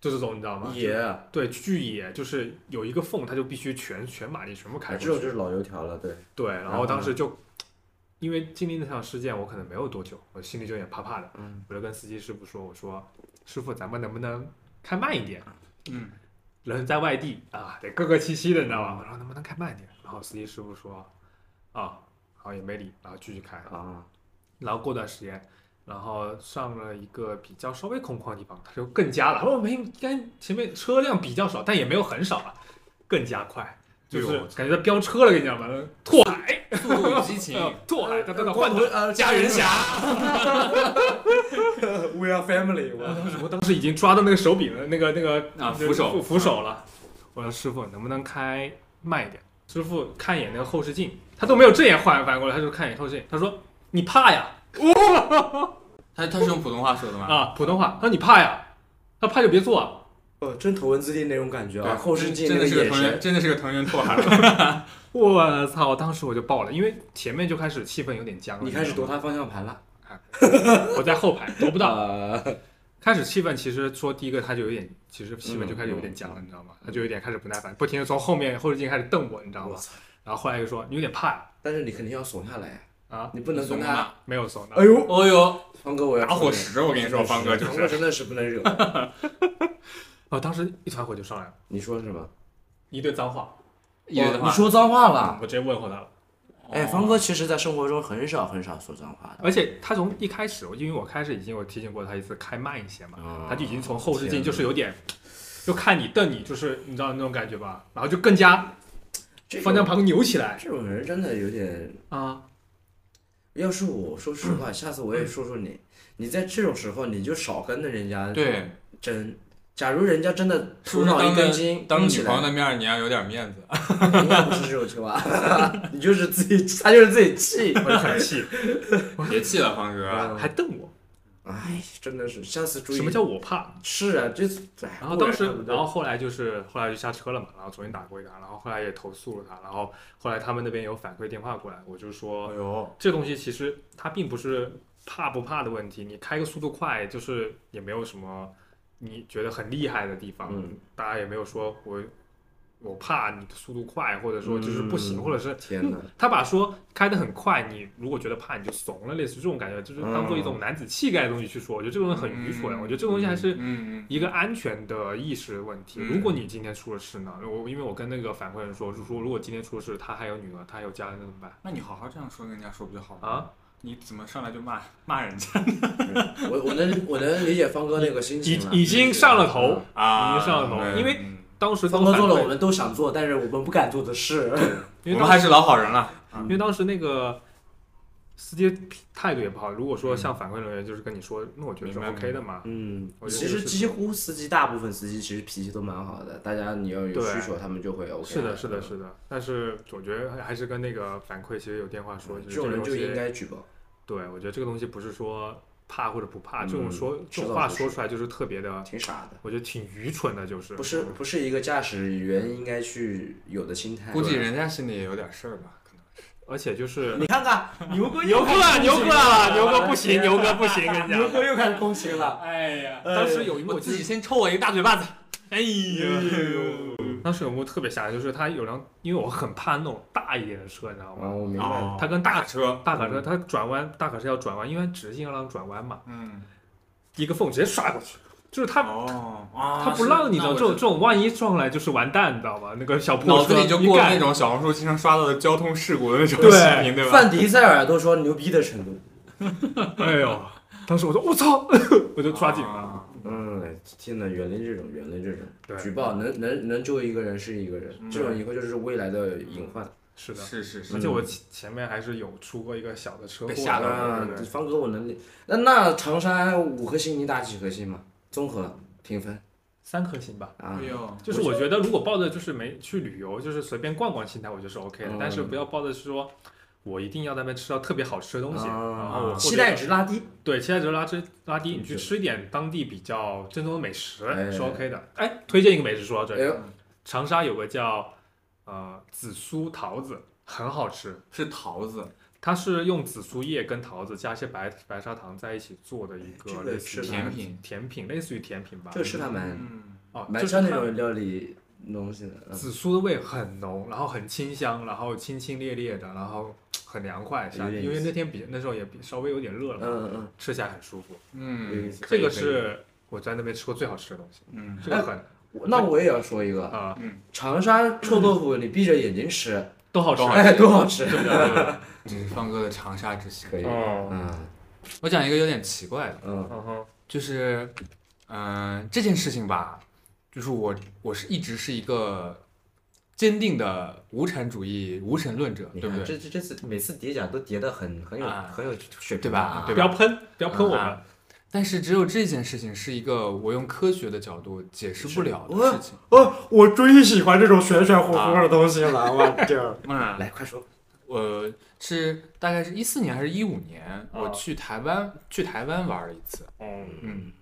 S1: 就这种你知道吗？
S2: 也
S1: 对，巨野就是有一个缝，它就必须全全马力全部开
S2: 这
S1: 过
S2: 种
S1: 去。
S2: 就是老油条了，对，
S1: 对，
S2: 啊然
S1: 然
S2: 后
S1: 后当
S2: 呢
S1: 时就因为经历那场事件，我可能没有多久，我心里就有点怕怕的，
S2: 嗯
S1: 我就跟司机师傅说：“我说师傅，咱们能不能开慢一点？
S3: 嗯，
S1: 人在外地啊，得客客气气的，你知道吧？”我说：“能不能开慢一点？”然后司机师傅说：“啊，然后也没理，然后继续开。”
S2: 啊，
S1: 然后过段时间，然后上了一个比较稍微空旷的地方，它就更加了。我没应该前面车辆比较少，但也没有很少啊，更加快，就是
S3: 哎呦哎
S1: 感觉在飙车了，跟你讲吧，拓海，
S3: 速度与激情，
S1: 呃拓
S3: 哎
S1: 海，哒哒哒，换
S2: 光头
S1: 头。
S2: 呃
S3: 家人侠，
S2: [laughs]
S1: [laughs]
S2: ，We are family，
S1: 我当时我当时已经抓到那个手柄了，那个那个
S3: 啊
S1: 就是
S3: 扶手嗯
S1: 扶扶手了。我说师傅能不能开慢一点？师傅看一眼那个后视镜，他
S3: 嗯
S1: 都没有正眼换反过来，他就看一眼后视镜，他说你怕呀
S3: [laughs] 他他是用普通话说的吗？
S1: 啊，普通话，他说你怕呀，他怕就别坐啊。
S2: 哦，真头文字 D 那种感觉
S3: 对
S2: 啊，后视镜
S3: 真
S2: 那个
S3: 的是个
S2: 眼
S3: 藤原，
S2: 神，
S3: 真的是个
S2: [laughs]
S3: 藤原拓海，
S1: 我操！当时我就爆了，因为前面就开始气氛有点僵了。
S2: 你开始
S1: 知道
S2: 夺
S1: 吗
S2: 他方向盘了，呃
S1: 我在后排
S2: [laughs]
S1: 夺不到。
S2: 到，
S1: 开始气氛其实说第一个他就有点，其实气氛就开始有点
S2: 嗯
S1: 僵了，你知道吗？他就有点开始不耐烦，不停的从后面后视镜开始瞪我，你知道
S2: 我
S1: 吗？
S2: 操！
S1: 然后后来又说你有点怕
S2: 但是你肯定要怂下来，
S1: 啊，
S2: 你不能跟他，
S3: 吗？
S1: 没有怂的。
S2: 哎呦，
S3: 哦哟，
S2: 方哥我要
S3: 打
S2: 说
S3: 火
S2: 你
S3: 石，我跟你说，方哥就
S2: 方哥
S3: 是
S2: 真的是不能惹，
S1: 哦，当时一团火就上来了，
S2: 你说什么？
S1: 一堆脏话，
S3: 一堆
S2: 哦你
S3: 话。
S2: 说脏话了。
S1: 我直接问候他了。
S2: 哎，方哥其实，在生活中很少很少说脏话的。
S1: 而且他从一开始，因为我开始已经有提醒过他一次开慢一些嘛，
S2: 啊
S1: 他就已经从后视镜就是有点，就看你瞪你，就是你知道那种感觉吧，然后就更加
S2: 这种
S1: 方向盘扭起来
S2: 这种人真的有点，
S1: 啊。
S2: 要是我说实话，下次我也说说你。你在这种时候，你就少跟着人家
S3: 对，
S2: 争。假如人家真的
S3: 是
S2: 头
S3: 不是
S2: 脑一
S3: 当
S2: 根
S3: 着
S2: 筋，
S3: 当着
S2: 硬
S3: 女
S2: 起
S3: 朋友
S2: 来，
S3: 的面儿，你要有点面子？ [laughs]
S2: 应该不是这种情况， [laughs] 你就是自己，他就是自己气。
S1: [laughs] 我就很气，
S3: 别气了，方哥。
S1: 还瞪我。
S2: 哎，真的是，下次嗯注意。
S1: 什么叫我怕？
S2: 是啊？这哎
S1: 然后当时
S2: 不，
S1: 然后后来就是后来就下车了嘛，然后重新打过一打，然后后来也投诉了他，然后后来他们那边有反馈电话过来，我就说
S3: [laughs] 哎呦，
S1: 这东西其实它并不是怕不怕的问题，你开个速度快就是也没有什么你觉得很厉害的地方，
S2: 嗯
S1: 大家也没有说我我怕你的速度快，或者说就是不行，
S2: 嗯
S1: 或者是
S2: 天哪，
S1: 他把说开得很快，你如果觉得怕，你就怂了，类似这种感觉，就是当做一种男子气概的东西去说。我觉得这个东西很愚蠢，
S3: 嗯
S1: 我觉得这个东西还是
S3: 嗯
S1: 一个安全的意识问题。
S3: 嗯
S1: 如果你今天出了事呢，我因为我跟那个反馈人说，就说如果今天出了事，他还有女儿，他还有家人，那怎么办？
S3: 那你好好这样说跟人家说不就好了？
S1: 啊，
S3: 你怎么上来就骂骂人家
S2: 我我能我能理解方哥那个
S3: 嗯
S2: 心
S1: 已
S2: 情了。嗯
S1: 已经上了头，
S3: 啊
S1: 已经上了头
S3: 对
S1: 因为
S3: 嗯
S1: 当时
S2: 方
S1: 那
S2: 哥
S1: 个
S2: 做
S1: 反
S2: 了
S1: 馈
S2: 我们都想做，但是我们不敢做的事。
S1: 因为
S3: 我们
S1: 当
S3: 还是老好人了。
S1: 因为当时那个司机态度也不好。如果说像反馈人员就是跟你说，那我觉得是
S3: 嗯明白
S1: OK 的嘛。
S2: [laughs] 嗯
S1: 我，觉得
S2: 其
S1: 这个
S2: 实
S1: 是
S2: 几乎司机大部分司机其实脾气都蛮好的，大家你要有
S1: 对
S2: 需求，他们就会 OK。嗯
S1: 是的，是的，，是的。但是我觉得还是跟那个反馈其实有电话说，就
S2: 嗯这
S1: 是这
S2: 种
S1: 个
S2: 人
S1: 东
S2: 就应
S1: 西。
S2: 该举报。
S1: 对，我觉得这个东西不是说怕或者不怕，
S2: 嗯
S1: 这种说这种话说出来就是特别的，
S2: 挺傻的，
S1: 我觉得挺愚蠢的，就是嗯
S2: 不是不是一个驾驶员应该去有的心态。
S3: 估计人家心里也有点事儿吧，可能。
S1: 而且就是
S2: [laughs] 你看看牛哥
S1: 牛哥啊，牛哥啊，牛哥不行，牛哥不
S3: [laughs]
S1: 行，跟你
S2: 牛
S1: 讲。
S2: 哥又开始空情了。
S3: 哎呀，
S1: [laughs] 当时有一幕
S3: 我
S1: 我
S3: 自
S1: 记
S3: 己
S1: 得，
S3: 先抽我一个大嘴巴子。哎呦，
S1: 当时有一幕特别吓人，就是他有辆，因为我很怕那种大一点的车，你知道
S2: 啊，
S1: 吗？
S2: 我明白了。
S1: 他跟大
S3: 哦车，
S2: 哦
S1: 大
S2: 嗯
S1: 卡车，它转弯，大卡车要转弯，因为直线要让转弯嘛，
S3: 嗯，
S1: 一个缝直接刷过去，就是他
S3: 哦，啊
S1: 他不让你知道，这种这
S3: 是
S1: 种万一撞来就是完蛋，你知道吗？那个小
S3: 那我
S1: 破
S3: 脑子
S1: 车
S3: 里就
S1: 一
S3: 过了
S1: 盖
S3: 那，种小红书经常刷到的交通事故的那种
S1: 对
S3: 视频，对吧？
S2: 范迪塞尔都说牛逼的程度。
S1: [laughs] 哎呦！
S3: [laughs]
S1: 当时我说我操， [laughs] 我就抓紧了。
S3: 啊。
S2: 嗯，天哪，远离这种，远离这
S1: 对嗯
S2: 种，举报能能能救一个人是一个人，这种以后就是未来的隐患。
S1: 是的，
S3: 是是是，
S1: 而且我前前面还是有出过一个小的车祸
S3: 被吓到
S1: 的
S2: 啊
S1: 对，对对
S2: 方哥，我能理。那那长沙五颗星你打几颗星嘛？综合评分
S1: 三颗星吧。
S2: 啊
S3: 哎，呦，
S1: 就是我觉得如果抱着就是没去旅游，就是随便逛逛心态，我觉得是 OK 的，
S2: 嗯
S1: 但是不要抱着是说。我一定要在那边吃到特别好吃的东西，
S2: 啊
S1: 然后我
S2: 期待值拉低。
S1: 对，期待值拉低拉低，你去
S2: 嗯
S1: 吃一点当地比较正宗的美食
S2: 哎
S1: 是 OK 的。哎，推荐一个美食说到这
S2: 哎
S1: 里，
S2: 呦，
S1: 长沙有个叫呃紫苏桃子，很好吃。
S3: 是桃子，
S1: 它是用紫苏叶跟桃子加一些白白砂糖在一起做的一
S2: 哎这
S1: 个
S2: 个
S1: 类似于
S2: 吃
S3: 法甜品
S1: 甜品类似于甜品吧。
S2: 这个吃法蛮
S3: 嗯，
S1: 哦，
S2: 蛮
S1: 就是
S2: 像那
S1: 它
S2: 种料理东西的。嗯
S1: 紫苏的味很浓，然后很清香，然后清清冽冽的，然后很凉快。夏
S2: 有
S1: 天，
S2: 点意
S1: 因为
S2: 思
S1: 那天比那时候也比稍微有点热了，
S2: 嗯嗯
S1: 吃起来很舒服。
S3: 嗯，
S1: 这个
S3: 可以可以
S1: 是我在那边吃过最好吃的东西，
S3: 嗯
S1: 这个很
S2: 嗯，那我也要说一个，
S1: 啊、
S2: 长沙臭豆腐，你闭着眼睛吃，
S1: 都好吃
S3: 都。好
S2: 哎，多好吃！
S3: 这是方哥的长沙之行。
S2: 可以，
S1: 哦，
S2: 嗯
S3: 我讲一个有点奇怪的，
S2: 嗯
S1: 嗯哼，
S3: 就是，嗯、这件事情吧，就是我我是一直是一个坚定的无产主义无神论者，
S2: 你
S3: 对
S2: 看
S3: 不对？
S2: 这这这次每次叠奖都叠的很很有
S3: 啊
S2: 很有水
S3: 对
S2: 平
S3: 吧？
S2: 啊，
S3: 对
S1: 不要
S3: 吧？
S1: 喷，不要喷我们
S3: 啊。但是只有这件事情是一个我用科学的角度解释不了的事情。
S4: 哦，我最喜欢这种玄玄乎
S3: 乎
S4: 的东西了，我天！
S3: 嗯，
S2: 来快说，
S3: 我是大概是一四年还是一五年，
S2: 哦
S3: 我去台湾去台湾玩了一次。
S1: 嗯
S3: 嗯，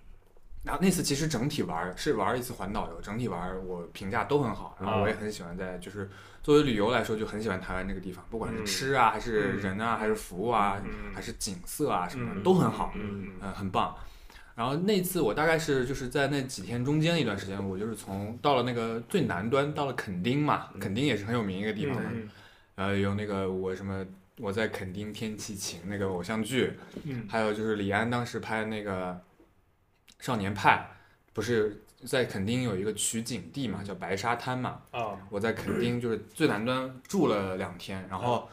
S3: 然后那次其实整体玩儿是玩儿一次环岛游，整体玩儿我评价都很好，然后我
S1: 啊
S3: 也很喜欢在就是作为旅游来说就很喜欢台湾这个地方，不管是
S1: 嗯
S3: 吃啊，还是人啊，还是服务啊，
S1: 嗯
S3: 还是景色啊什么的
S1: 嗯
S3: 都很好，
S1: 嗯
S3: 嗯，很棒。然后那次我大概是就是在那几天中间一段时间，我就是从到了那个最南端，到了垦丁嘛，垦丁也是很有名一个地方嘛，
S1: 嗯
S3: 呃，有那个我什么我在垦丁天气晴那个偶像剧，
S1: 嗯
S3: 还有就是李安当时拍那个《少年派》，不是在垦丁有一个取景地嘛，叫白沙滩嘛。
S1: 啊，
S3: 我在垦丁就是最南端住了两天，然后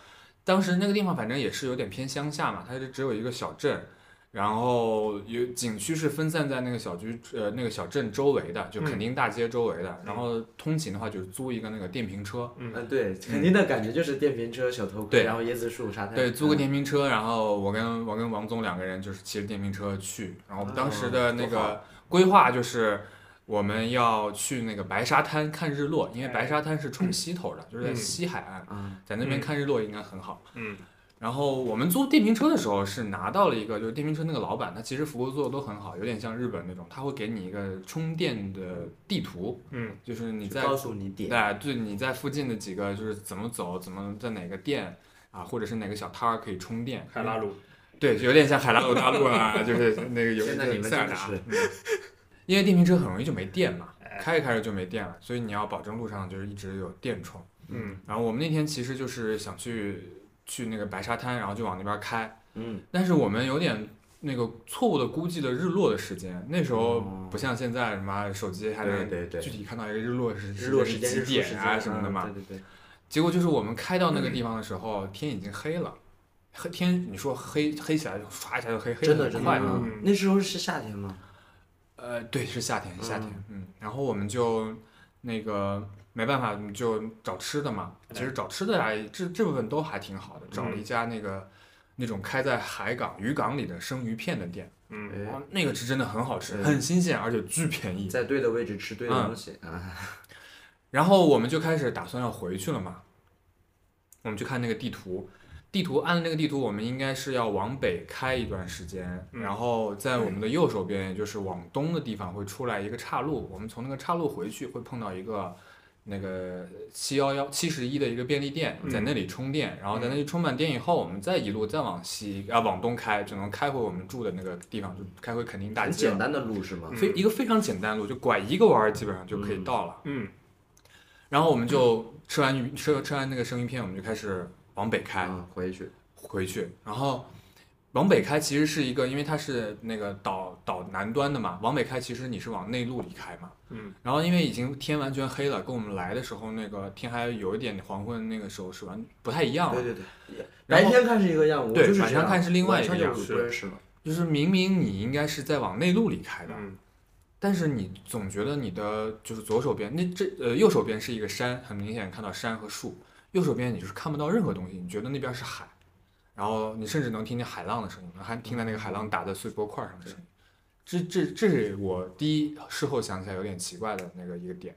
S3: 当时那个地方反正也是有点偏乡下嘛，它就只有一个小镇，然后有景区是分散在那个小区呃那个小镇周围的，就垦丁大街周围的。然后通勤的话就是租一个那个电瓶车，
S1: 嗯
S2: 嗯对，肯定的感觉就是电瓶车、小头盔，
S3: 对
S2: 然后椰子树、沙滩，
S3: 对，
S1: 嗯
S3: 租个电瓶车，然后我跟我跟王总两个人就是骑着电瓶车去，然后我们当时的
S1: 嗯
S3: 那
S2: 多
S3: 个规划就是我们要去那个白沙滩看日落，因为白沙滩是冲西头的，就是在
S1: 哎嗯
S3: 西海岸，
S2: 啊，
S3: 在那边看日落应该很好。
S1: 嗯
S3: 然后我们租电瓶车的时候是拿到了一个，就是电瓶车那个老板，他其实服务做的都很好，有点像日本那种，他会给你一个充电的地图，
S1: 嗯
S3: 就是你
S2: 就
S3: 在
S2: 告诉你点，
S3: 哎，对，你在附近的几个就是怎么走，怎么在哪个店啊，或者是哪个小摊儿可以充电。
S1: 海拉鲁，
S3: 对，有点像海拉鲁大陆啊，就是那个有
S2: 现在你
S3: 点
S2: 们
S3: 塞尔
S2: 真的
S3: 达
S2: 是。
S3: 嗯因为电瓶车很容易就没电嘛，
S1: 哎
S3: 开着开着就没电了，所以你要保证路上就是一直有电充。
S1: 嗯
S3: 然后我们那天其实就是想去去那个白沙滩，然后就往那边开，
S2: 嗯，
S3: 但是我们有点那个错误的估计了日落的时间，那时候不像现在什么手机还
S2: 嗯对
S3: 能
S2: 对对
S3: 具，体看到一个日落时
S2: 日落时
S3: 是
S2: 间
S3: 几
S2: 日出时
S3: 点啊
S2: 间
S3: 什么的嘛。
S2: 嗯对对对，
S3: 结果就是我们开到那
S2: 嗯
S3: 个地方的时候，天已经黑了，黑天你说黑黑起来就唰一下就黑，黑
S2: 真的
S3: 得很
S2: 真
S3: 快
S2: 的
S3: 啊。
S1: 嗯，
S2: 那时候是夏天吗？
S3: 呃，对，是夏天，夏天，嗯，然后我们就那个没办法，就找吃的嘛。
S2: 哎
S3: 其实找吃的还这这部分都还挺好的，找了一家那个、
S2: 嗯
S3: 那种开在海港渔港里的生鱼片的店，
S1: 嗯，
S2: 哎
S3: 哇，那个是真的很好吃，
S2: 对
S3: 很新鲜，而且巨便宜。
S2: 在对的位置吃对
S3: 嗯
S2: 的东西啊，
S3: 然后我们就开始打算要回去了嘛。我们去看那个地图，地图按那个地图，我们应该是要往北开一段时间，
S1: 嗯
S3: 然后在我们的右手边，也就是往东的地方会出来一个岔路，我们从那个岔路回去会碰到一个。那个七幺幺七十一的一个便利店，
S1: 嗯
S3: 在那里充电，然后在那里充满电以后，我们再一路再往西啊往东开，就能开回我们住的那个地方，就开回垦丁大
S2: 很
S3: 街
S2: 简
S3: 了。
S2: 单的路是吗？
S3: 非一个非常简单的路，就拐一个弯儿，基本上就可以到了。
S1: 嗯，
S3: 然后我们就吃完鱼吃吃完那个生鱼片，我们就开始往北开
S2: 嗯，回去
S3: 回去。然后往北开其实是一个，因为它是那个岛岛南端的嘛，往北开其实你是往内陆里开嘛。
S1: 嗯。
S3: 然后因为已经天完全黑了，跟我们来的时候那个天还有一点黄昏，那个时候是完不太一样
S2: 对
S3: 了。
S2: 对对，
S3: 然
S2: 白
S3: 后
S2: 天看是一个样，我
S3: 对
S2: 就是
S3: 晚上
S2: 这样
S3: 看是另外一个
S2: 晚上
S3: 样
S2: 就
S1: 式
S2: 不认识了。
S3: 就是明明你应该是在往内陆里开的，
S1: 嗯
S3: 但是你总觉得你的就是左手边，那这呃右手边是一个山，很明显看到山和树，右手边你就是看不到任何东西，你觉得那边是海，然后你甚至能听见海浪的声音，还听到那个海浪打在碎波块上的声音。这这这是我第一事后想起来有点奇怪的那个一个点。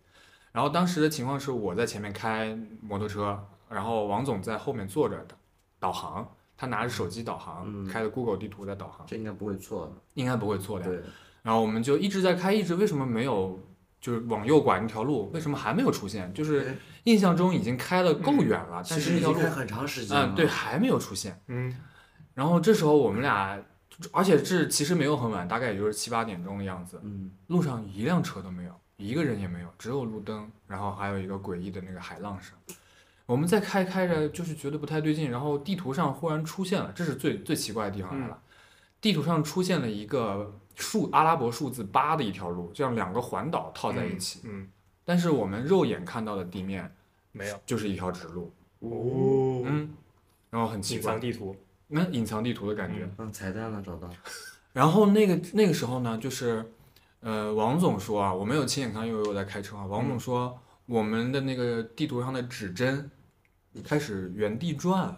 S3: 然后当时的情况是我在前面开摩托车，然后王总在后面坐着导导航，他拿着手机导航，
S2: 嗯
S3: 开的 Google 地图在导航，
S2: 这应该不会错
S3: 应该不会错
S2: 的，
S3: 的。
S2: 对，
S3: 然后我们就一直在开，一直为什么没有就是往右拐那条路，为什么还没有出现？就是
S2: 哎
S3: 印象中已经开了够远了，但
S2: 其
S3: 是
S2: 实
S3: 那
S2: 已
S3: 条
S2: 经
S3: 路
S2: 开，很长时间了，
S3: 嗯，对，，还没有出现。
S1: 嗯
S3: 然后这时候我们俩，而且这其实没有很晚，大概也就是七八点钟的样子，
S2: 嗯，
S3: 路上一辆车都没有，一个人也没有，只有路灯，然后还有一个诡异的那个海浪声。我们在开开着，就是觉得不太对劲，然后地图上忽然出现了，这是最最奇怪的地方来了。地图上出现了一个数阿拉伯数字八的一条路，这样两个环岛套在一起，
S1: 嗯，
S3: 但是我们肉眼看到的地面
S1: 没有
S3: 就是一条直路，
S1: 哦
S3: 嗯，然后很奇
S1: 隐藏
S3: 怪，
S1: 地图，
S3: 那隐藏地图的感觉。
S2: 嗯，彩蛋了，找到，
S3: 然后那个那个时候呢，就是，呃，王总说啊，我没有亲眼看，因为我在开
S1: 嗯
S3: 车啊。王总说，我们的那个地图上的指针开始原地转了，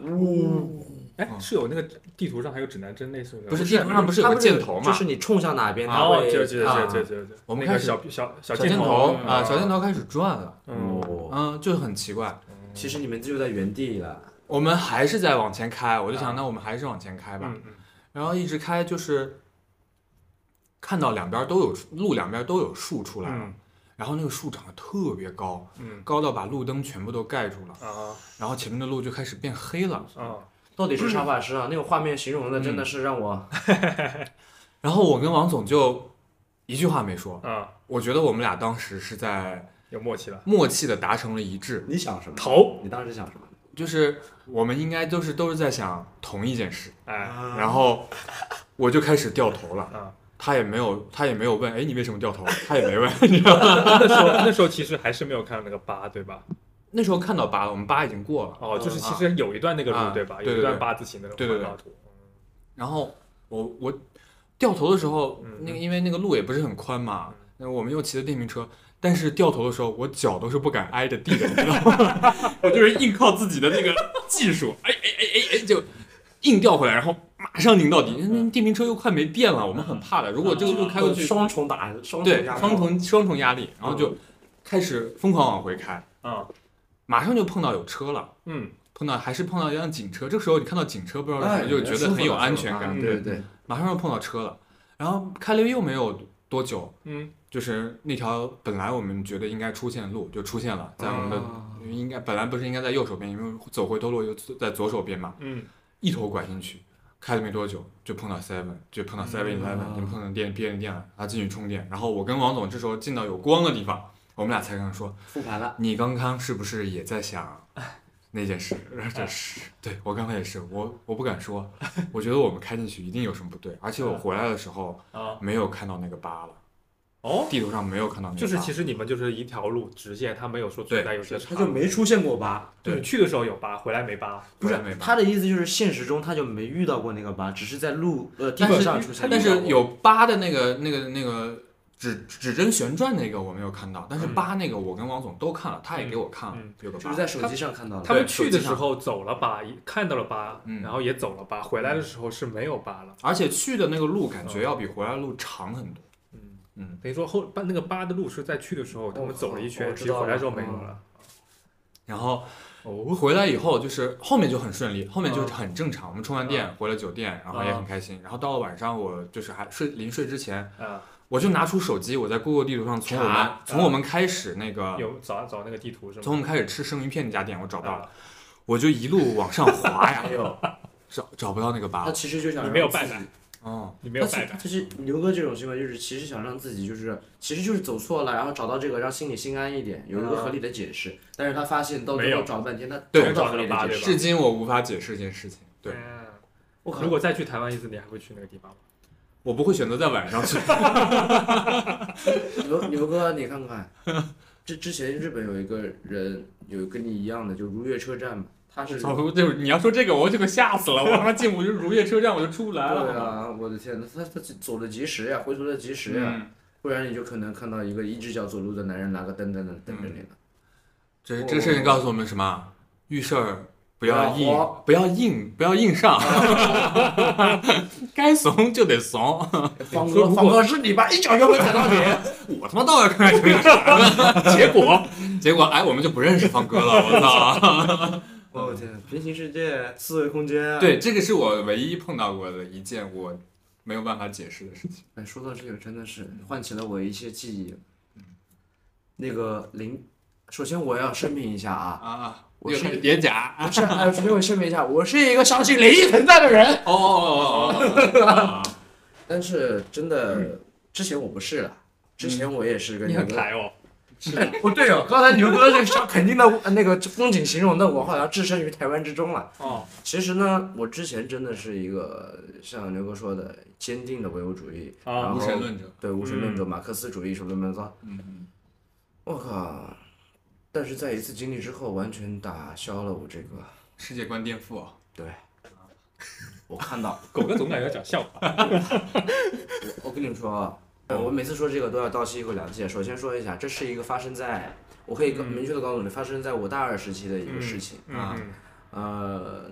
S1: 哎，是有那个地图上还有指南针类似的，
S3: 不是地图上不是有
S2: 它
S3: 个箭头嘛？
S2: 就是你冲向哪边，它
S1: 哦，
S2: 会
S1: 就就
S3: 啊
S1: 就就就就，
S3: 我们
S1: 那
S3: 开
S1: 个
S3: 始
S1: 小小小
S3: 小
S1: 箭
S3: 头
S1: 嗯
S3: 啊，小箭头开始转了，
S1: 嗯，
S2: 哦，
S3: 嗯，就是很奇怪。
S2: 其实你们就在原地了，
S3: 我们还是在往前开，我就
S1: 啊
S3: 想，那我们还是往前开吧。
S1: 嗯嗯
S3: 然后一直开，就是看到两边都有路，两边都有树出来了，
S1: 嗯
S3: 然后那个树长得特别高，
S1: 嗯
S3: 高到把路灯全部都盖住了。
S1: 啊
S3: 然后前面的路就开始变黑了。
S1: 啊，
S2: 到底是插法师啊？那个画面形容的
S3: 嗯
S2: 真的是让我，
S3: 然后我跟王总就一句话没说，
S1: 啊，
S3: 我觉得我们俩当时是在
S1: 有默契了，
S3: 默契的达成了一致，
S2: 你想什么？
S1: 头，
S2: 你当时想什么？
S3: 就是我们应该都是都是在想同一件事。
S1: 哎，
S2: 嗯啊
S3: 然后我就开始掉头了，
S1: 啊，
S3: 他也没有他也没有问，哎，你为什么掉头？他也没问， [laughs] 你知道吗？
S1: 那时候那时候其实还是没有看到那个八，对吧？
S3: 那时候看到八了，我们八已经过了。
S1: 哦，就是
S3: 嗯
S1: 其实有一段那个
S3: 啊
S1: 路，对吧？
S3: 对
S1: 有
S3: 对
S1: 一段
S3: 对
S1: 八字形的那
S3: 对
S1: 种
S3: 对
S1: 环
S3: 对
S1: 岛图，
S3: 然后我我掉头的时候，那个因为那个路也不是很宽嘛，那我们又骑的电瓶车，但是掉头的时候，我脚都是不敢挨着地的，你知道吗？我哦就是硬靠自己的那个技术，哎哎哎哎哎，就硬掉回来，然后马上拧到底。那电瓶车又快没电了，我们很怕的，如果这
S1: 嗯
S3: 个路开过去，
S2: 双重打，双重
S3: 对
S2: 压迫
S3: 双重双重压力，然
S1: 嗯
S3: 后就开始疯狂往回开，
S1: 啊，
S3: 马上就碰到有车了。
S1: 嗯，
S3: 碰到还是碰到一辆警车，这个时候你看到警车，不知道为什
S2: 哎
S3: 么就觉得很有安全感，
S2: 啊
S1: 嗯
S2: 对对对，
S3: 马上要碰到车了，然后开了又没有多久，
S1: 嗯，
S3: 就是那条本来我们觉得应该出现的路就出现了，在我们的、
S2: 啊
S1: 嗯
S3: 应该本来不是应该在右手边，因为走回头路就在左手边嘛，
S1: [laughs] 嗯
S3: 一头拐进去，开了没多久就碰到 Seven，就碰到 Seven
S2: 嗯
S3: Eleven，就碰到电便利店了，他进去充电，然后我跟王总这时候进到有光的地方，我们俩才敢说，
S2: 复盘了，
S3: 你刚刚是不是也在想那件事？ [laughs] 这是对我刚才也是，我我不敢说，我觉得我们开进去一定有什么不对，
S1: 嗯
S3: 而且我回来的时候
S1: 啊，
S3: 没有看到那个疤了，
S1: 哦，
S3: 地图上没有看到那个疤，
S1: 就是其实你们就是一条路直线，他没有说存在有些差
S2: 他就
S1: 别。
S2: 没出现过疤，
S1: 对，去的时候有疤，回来没疤。
S2: 不
S3: 不是
S2: 是
S3: 嗯没疤
S2: 他的意思就是现实中他就没遇到过那个疤，只是在路呃地
S3: 但
S2: 图
S3: 是
S2: 上出现过。
S3: 但是有八的那个那个那个指指针旋转那个我没有看到，但是
S1: 嗯
S3: 八那个我跟王总都看了，他也给我看了，
S1: 嗯
S3: 有个
S2: 就
S3: 八
S2: 是。在手机上看到
S1: 他
S2: 了，
S1: 们
S3: 对
S1: 去
S3: 手
S1: 的
S3: 机
S1: 时
S3: 上
S1: 候走了疤，看到了疤，
S3: 嗯
S1: 然后也走了疤，回来的时候是没有疤了。
S3: 而且去的那个路感觉要比回来的路长很多。
S1: 嗯
S3: 嗯，
S1: 等于说后那个疤的路是在去的时候他
S3: 哦
S1: 们走了一圈，
S2: 我
S1: 其
S2: 知
S1: 实
S2: 道
S1: 回来之后
S2: 了
S1: 没有
S2: 嗯
S1: 了。
S3: 然后
S1: 哦，
S3: 回来以后就是后面就很顺利，后面就是很正常。我们充完电回了酒店，然后也很开心。然后到了晚上，我就是还睡临睡之前，
S1: 啊，
S3: 我就拿出手机，我在 Google 地图上从我们
S1: 查
S3: 从我们开始那个
S1: 有找找那个地图是吗？
S3: 从我们开始吃生鱼片那家店，我找到了，
S1: 啊，
S3: 我就一路往上
S2: [laughs]
S3: 滑呀，找找不到那个疤
S2: 他。其实就想
S1: 啊你没有
S2: 让
S1: 办
S2: 自己
S1: 法，
S3: 哦，
S1: 你没有
S2: 但
S1: 败
S2: 是
S1: 感。
S2: 就是牛哥这种行为，就是其实想让自己就是，其实就是走错了，然后找到这个，让心里心安一点，有一个合理的解释。但是他发现到
S1: 没
S2: 最
S1: 有
S2: 后找了半天，他
S3: 对
S2: 找不到合理
S1: 找不到
S2: 的
S1: 对
S2: 解
S1: 吧
S2: 释。
S3: 至今我无法解释这件事情。对，
S1: 嗯
S2: 我靠
S1: 如，果再去台湾一次，你还会去那个地方吗？
S3: 我不会选择在晚上去。
S1: [laughs]
S2: 牛牛哥，你看看，这之前日本有一个人有跟你一样的，就如月车站嘛，他是
S3: [laughs] 哦，就是你要说这个，我就给吓死了。我他妈进我就如月车站，我就出不来
S2: 对
S3: 了。
S2: 啊，我的天呐，他他走的及时呀，回头的及时呀，
S3: 嗯，
S2: 不然你就可能看到一个一只脚走路的男人拿个灯在那等着你 [laughs] 了。
S3: 这这个事情告诉我们什么？遇事儿不要硬
S2: 不要慌，
S3: 不要硬，不要
S2: [laughs]
S3: 硬上，该怂就得怂。
S2: 方
S1: 说
S2: 哥，
S1: 如果
S2: 方哥是你吧？一脚就会踩到你。
S3: 我他妈倒要看看这个啥呢？结果结果哎，我们就不认识方哥了。我操！
S2: 我的天，平行世界，四维空间。啊
S3: 对，呃这个是我唯一碰到过的一件我没有办法解释的事情。
S2: 哎，说到这个，真的是唤起了我一些记忆。那个零，首先我要声明一下啊，
S3: [laughs] 啊，
S2: 我
S3: 那个
S2: 是
S3: 是叠甲。
S2: 不是， [laughs] 哎，首先我声明一下，我是一个相信灵异存在的人。
S3: 哦 [laughs] 哦哦哦哦！
S2: 但是真的，之前我不是了，之前我也是跟
S1: 你
S2: 牛
S1: 很
S2: 哥，
S1: 抬哦，
S2: 不对哦，刚才牛哥这个肯定的呃那个风景形容的，我好像置身于台湾之中了。
S1: 哦，
S2: 其实呢，我之前真的是一个像牛哥说的坚定的唯物主义，
S1: 啊
S2: 然
S3: 无神
S2: 后
S3: 论者。
S2: 对无神论者、马克思主义什么什么的，
S3: 嗯
S2: 我靠！但是在一次经历之后，完全打消了我这个。
S3: 嗯，世界观颠覆啊。
S2: 对，我看到，
S1: 狗哥总感觉要讲笑话。
S2: 我跟你们说啊，呃
S1: 嗯
S2: 我每次说这个都要倒吸一口凉气。首先说一下，这是一个发生在，我可以更明确的告诉你，发生在我大二时期的一个事情。
S3: 啊
S1: 嗯
S2: 呃，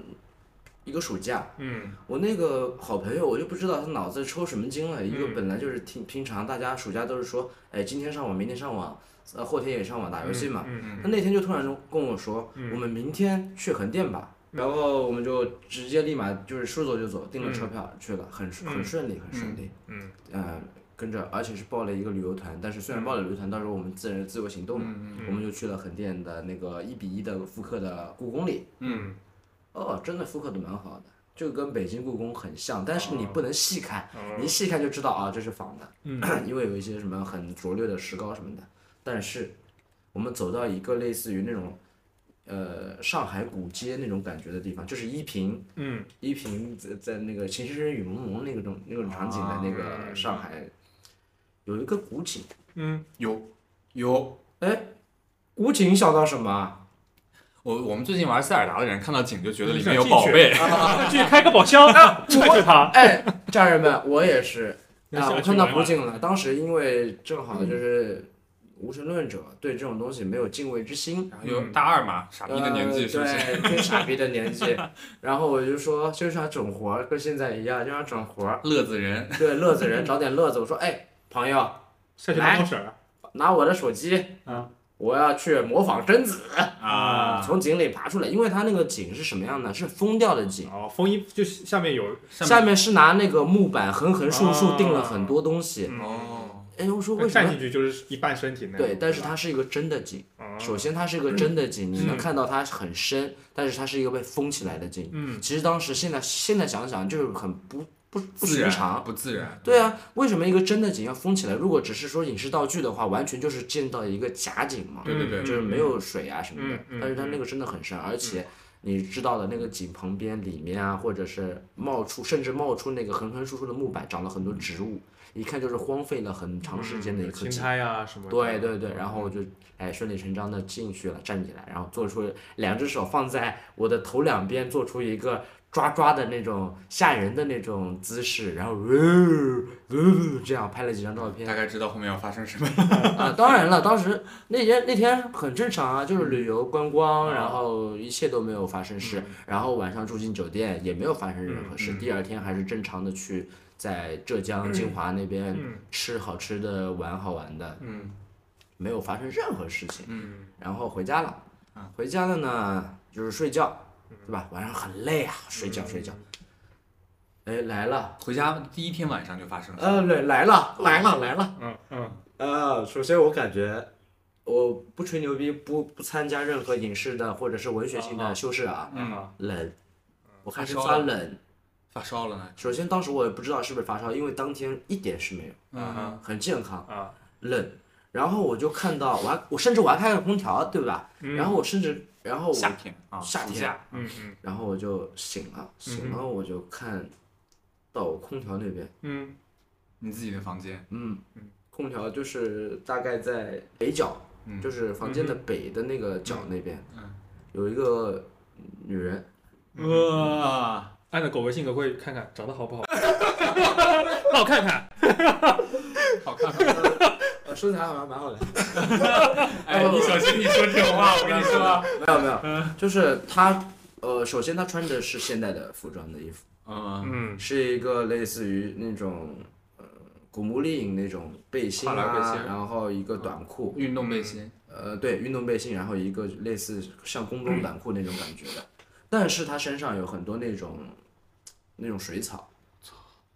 S2: 一个暑假，
S1: 嗯
S2: 我那个好朋友，我就不知道他脑子抽什么筋了。一个
S1: 嗯
S2: 本来就是平平常大家暑假都是说，哎，今天上网，明天上网，呃，后天也上网打游戏嘛。
S1: 嗯
S2: 他那天就突然跟我说，我们明天去横店吧。
S1: 嗯
S2: 然后我们就直接立马就是说走就走，订了车票去了，很顺很顺利，很顺利。
S1: 嗯
S2: 呃，跟着，而且是报了一个旅游团，但是虽然报了旅游团，到时候我们自然自由行动嘛，我们就去了横店的那个一比一的复刻的故宫里。
S1: 嗯
S2: 哦，真的复刻的蛮好的，就跟北京故宫很像，但是你不能细看，你细看就知道啊，这是仿的， [clears throat] 因为有一些什么很拙劣的石膏什么的。但是我们走到一个类似于那种，呃，上海古街那种感觉的地方，就是依萍，
S1: 嗯
S2: 依萍在在那个《情深深雨蒙蒙》那个种那种场景的那个上海，有一个古井，
S1: 嗯，
S3: 有有，
S2: 哎，古井想到什么啊？
S3: 我我们最近玩塞尔达的人看到井就觉得里面
S1: 想
S3: [laughs] 有
S1: 进
S3: 宝
S1: 去
S3: 贝。
S1: [laughs] 去开个宝箱， [laughs] 踹踹他。
S2: [laughs] 哎，家人们，我也是。
S1: 那
S2: 啊，
S1: 下
S2: 我
S1: 去
S2: 看到
S1: 玩
S2: 古
S1: 玩
S2: 井了。当时因为正好就是无神论者对这种东西没有敬畏之心，
S3: 然后有大二嘛，嗯傻逼的年纪
S2: 呃
S3: 是不是？
S2: 对，最傻逼的年纪。然后我就说，就想整活儿，跟现在一样，就想整活儿。
S3: 乐子人，
S2: 对，乐子人找点乐子。我说，哎，朋友，
S1: 下去拿墨水
S2: 哎
S1: 儿
S2: 拿我的手机，
S1: 啊
S2: 我要去模仿贞子
S3: 啊
S2: 从井里爬出来。因为它那个井是什么样的？是封掉的井，
S1: 哦，风衣就下面有
S2: 下面是拿那个木板横横竖竖钉了
S1: 啊
S2: 很多东西。
S1: 嗯
S3: 哦，
S2: 哎，我说为什
S1: 站
S2: 么
S1: 进？去就是一半身体那样。嗯
S2: 对，但是
S1: 吧
S2: 它是一个真的井。
S1: 嗯
S2: 首先，它是一个真
S1: [clears throat]
S2: 的井，你能
S1: 嗯
S2: 看到它很深，但是它是一个被封起来的井。
S1: 嗯
S2: 其实当时现在现在想想就是很不不不
S3: 自
S2: 寻
S3: 然
S2: 常。
S3: 不自然，
S2: 对啊，为什么一个真的井要封起来？如果只是说影视道具的话，完全就是建到一个假井嘛，
S3: 对对对
S2: 就是没有水啊什么的
S1: 嗯。嗯
S2: 但是它那个真的很深，而且你知道的那个井旁边里面啊，或者是冒出，甚至冒出那个横横竖竖的木板，长了很多植物，一看就是荒废了很长时间的一颗
S1: 青
S2: 井。
S1: 苔啊什么的。
S2: 对对对，然后我就哎顺理成章的进去了，站起来，然后做出两只手放在我的头两边，做出一个抓抓的那种吓人的那种姿势，然后呜呜、这样拍了几张照片
S3: 大概知道后面要发生什么。
S2: 啊。当然了，当时那天那天很正常啊，就是旅游观光，然后一切都没有发生事，然后晚上住进酒店也没有发生任何事，第二天还是正常的去在浙江金华那边
S1: 嗯
S2: 吃好吃的，玩好玩的。
S3: 嗯
S2: 没有发生任何事情，
S3: 嗯，
S2: 然后回家了，回家了呢就是睡觉，对吧？晚上很累啊，睡觉睡觉。哎，来了，
S3: [laughs] 回家第一天晚上就发生了。
S2: 呃，来来了，来了，来了。
S1: 嗯嗯
S2: 呃，首先我感觉，我不吹牛逼，不不参加任何影视的或者是文学性的修饰啊，
S3: 嗯，
S2: 冷，我开始
S3: 发烧
S2: 发
S3: 了
S2: 冷。
S3: 发烧了呢。
S2: 首先当时我也不知道是不是发烧，因为当天一点是没有，
S3: 嗯，
S2: 很健康。
S1: 啊，
S2: 冷，然后我就看到我还我甚至我还开了空调，对吧？然后我甚至然后我
S3: 嗯夏天啊，
S2: 夏
S3: 暑
S2: 天
S3: 假嗯
S1: 嗯嗯
S2: 然后我就醒了，醒了我就看到我空调那边，
S1: 嗯
S3: 你自己的房间，
S2: 嗯，空调就是大概在北角，
S3: 嗯
S2: 就是房间的北的那个角那边，
S3: 嗯
S2: 有一个女人，
S1: 嗯
S3: 哇，
S1: 呃按照狗的性格会看看长得好 [laughs] 不好，让我看看。
S3: 好看吗？
S2: 呃，身材还蛮蛮好的，
S3: 哎，你小心你说这种话，我跟你说。
S2: 没有没有，
S3: 嗯
S2: [laughs] 就是她，呃，首先她穿的是现代的服装的衣服，
S3: 嗯，
S1: 嗯
S2: 是一个类似于那种。呃古墓丽影那种背心
S3: 跨栏背
S2: 啊
S3: 心，嗯
S2: 然后一个短裤，
S3: 运动背心，
S2: 呃，对，运动背心，然后一个类似像工装短裤那种感觉的，但是它身上有很多那种那种水草，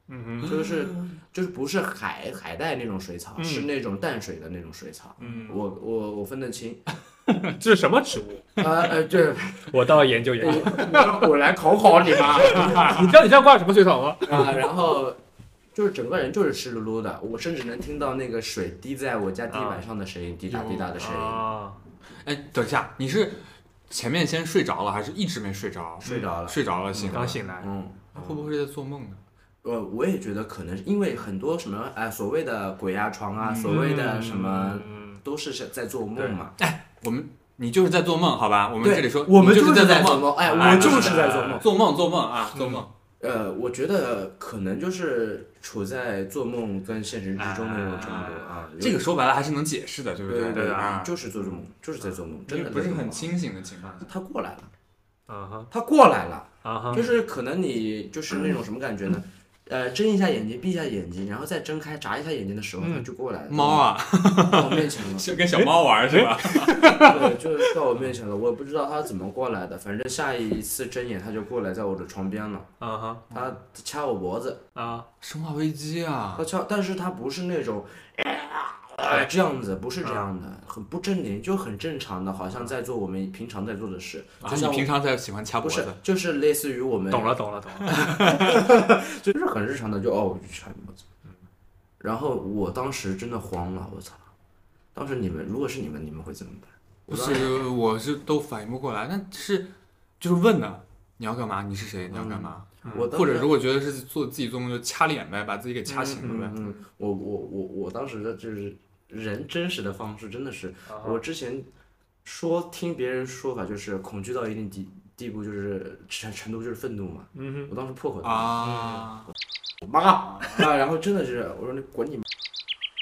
S1: 嗯
S2: 就是就是不是海海带那种水草，
S1: 嗯
S2: 是那种淡水的那种水草。
S1: 嗯
S2: 我我我分得清，
S1: 嗯，这是什么植物？
S2: 啊呃，这
S1: 我倒研究研究。
S2: 我我来考考你吧，哎
S1: [laughs] 你知道你这样挂什么水草吗？
S2: 啊，然后就是整个人就是湿漉漉的，我甚至能听到那个水滴在我家地板上的声音，滴答滴答的声音。
S1: 啊，
S3: 哎，等一下，你是前面先睡着了，还是一直没睡着？
S2: 睡着了
S3: 睡着了，醒了
S1: 刚，醒来。
S2: 嗯，
S3: 会不会是在做梦呢？
S2: 我我也觉得可能是因为很多什么哎、所谓的鬼压床啊，所谓的什么
S1: 嗯
S2: 都是是在做梦嘛。
S3: 我们，你就是在做梦，好吧？我们
S2: 对
S3: 这里说，
S2: 我们
S3: 你就是在
S2: 做
S3: 梦，
S2: 梦，哎，
S1: 哎
S2: 我就是在
S1: 是
S2: 做
S1: 的
S2: 梦。
S3: 做梦，做梦啊，做梦。
S2: 呃，我觉得可能就是处在做梦跟现实之中的那种程度啊。有
S3: 这个说白了还是能解释的，对不
S2: 对
S3: 对
S2: 对
S3: 啊，
S2: 就是做梦，就是在做梦，真的
S3: 不是
S2: 在做
S3: 很
S2: 梦。
S3: 清醒的情况下。
S2: 他过来了，
S1: 啊哈
S2: 他过来了，
S1: 啊哈，
S2: 就是可能你就是那种什么感觉呢？呃，睁一下眼睛，闭一下眼睛，然后再睁开，眨一下眼睛的时候，他就过来了，
S3: 猫 [laughs] 啊，
S2: 到我面前了。
S3: 是跟小猫玩是吧？
S2: 对，就是到我面前了，我也不知道他怎么过来的，反正下一次睁眼他就过来，在我的床边了，
S1: 啊哈
S2: 他掐我脖子，
S1: 啊，
S3: 生化危机啊
S2: 他，掐，但是他不是那种。
S3: 哎
S2: 啊这样子不是
S3: 嗯
S2: 这样的，很不正经，就很正常的，好像在做我们平常在做的事，
S3: 啊
S2: 就
S3: 你
S2: 像我
S3: 平常才喜欢掐脖
S2: 不是
S3: 子，，
S2: 就是类似于我们
S1: 懂了，懂了懂
S2: [laughs]
S1: 啊了。
S2: 就是很日常的，就哦，我去掐你脖子。
S3: 嗯
S2: 然后我当时真的慌了，我操！当时你们如果是你们，你们会怎么办？
S3: 不
S2: 我当时
S3: 是，我是都反应不过来，那是就是问呢，你要干嘛？你是谁？你要干嘛？
S2: 我当
S3: 嗯或者
S2: 时
S3: 如果觉得是做自己做梦，就掐脸呗，把自己给掐醒了呗。
S2: 嗯，我我我我当时的就是人真实的方式，真的是
S1: 啊
S2: 我之前说听别人说法，就是恐惧到一定地地步，就是程程度就是愤怒嘛。
S1: 嗯
S2: 我当时破口大骂，
S3: 啊，
S2: 我妈 [laughs] 啊，然后真的是我说你滚你妈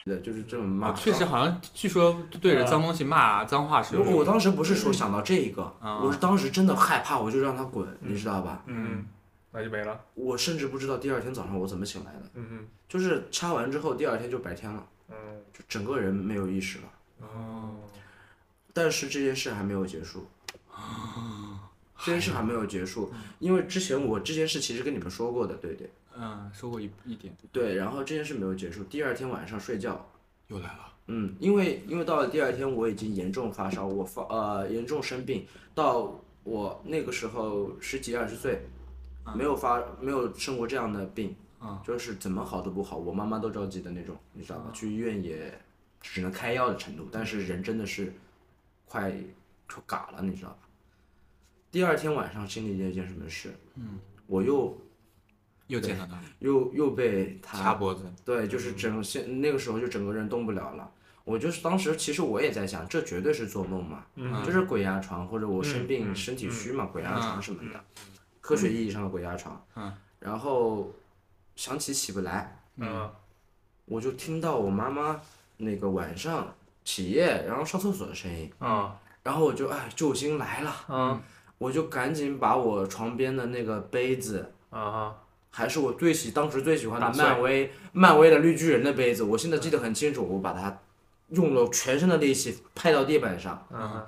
S2: 的，就是这么骂。
S3: 啊
S2: 啊
S3: 确实好像据说对着脏东西骂脏话是有
S2: 我
S3: 用
S2: 我
S3: 的。
S2: 当时不是说想到这个，
S3: 啊
S2: 我是当时真的害怕，我就让他滚，你知道吧？
S1: 嗯，那就没了。
S2: 我甚至不知道第二天早上我怎么醒来的，
S1: 嗯
S2: 就是掐完之后第二天就白天了，
S1: 嗯
S2: 就整个人没有意识了。
S1: 哦，
S2: 但是这件事还没有结束，这件事还没有结束，因为之前我这件事其实跟你们说过的，对对
S3: 嗯，说过一一点。
S2: 对，然后这件事没有结束，第二天晚上睡觉，
S3: 又来了，
S2: 嗯，因为因为到了第二天我已经严重发烧，我发呃严重生病，到我那个时候十几二十岁，没有发没有生过这样的病，
S3: 嗯
S2: 就是怎么好都不好，我妈妈都着急的那种，你知道吧？去医院也只能开药的程度，但是人真的是快出嘎了，你知道吧？第二天晚上经历了一件什么事？嗯，我又
S3: 又见到他了，
S2: 又又被他
S3: 掐脖子，
S2: 对，就是整个现那个时候就整个人动不了了。我就是当时其实我也在想，这绝对是做梦嘛，就是鬼压床或者我生病、
S1: 嗯
S2: 身体虚嘛，鬼压
S3: 嗯
S2: 床什么的，科学意义上的鬼压床。
S3: 嗯
S2: 然后想起起不来，
S1: 嗯
S2: 我就听到我妈妈那个晚上起夜然后上厕所的声音，
S1: 啊
S2: 然后我就哎救星来了，
S1: 啊
S2: 我就赶紧把我床边的那个杯子。
S1: 啊
S2: 还是我最喜当时最喜欢的
S1: 打碎
S2: 漫威漫威的绿巨人的杯子，我现在记得很清楚，我把它用了全身的力气拍到地板上，
S1: 啊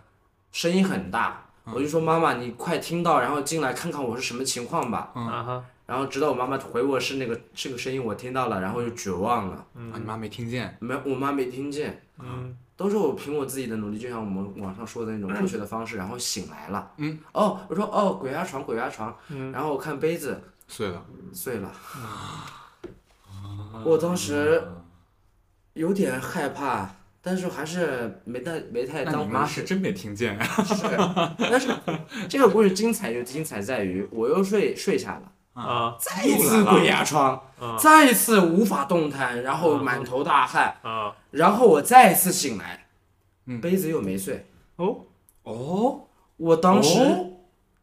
S2: 声音很大，
S1: 嗯
S2: 我就说妈妈，你快听到，然后进来看看我是什么情况吧。
S1: 啊哈！
S2: 然后直到我妈妈回我是那个这个声音，我听到了，然后就绝望了，
S3: 啊，你妈没听见，
S2: 没我妈没听见，
S1: 嗯
S2: 都是我凭我自己的努力，就像我们网上说的那种科学的方式，然后醒来了。嗯，哦，我说哦，鬼压床，鬼压床，
S1: 嗯
S2: 然后我看杯子，
S3: 碎了，
S2: 碎了。啊我当时有点害怕，但是还是没太没太
S3: 那
S2: 哎
S3: 你
S2: 当
S3: 妈
S2: 回
S3: 是
S2: 事。
S3: 真没听见，
S2: 是，但是这个故事精彩就精彩在于，我又睡睡下了，
S1: 啊
S2: 再一次鬼压床，再一次无法动弹，然后满头大汗，
S1: 啊
S2: 然后我再一次醒来，杯子又没碎。
S1: 哦
S3: 哦，
S2: 我当时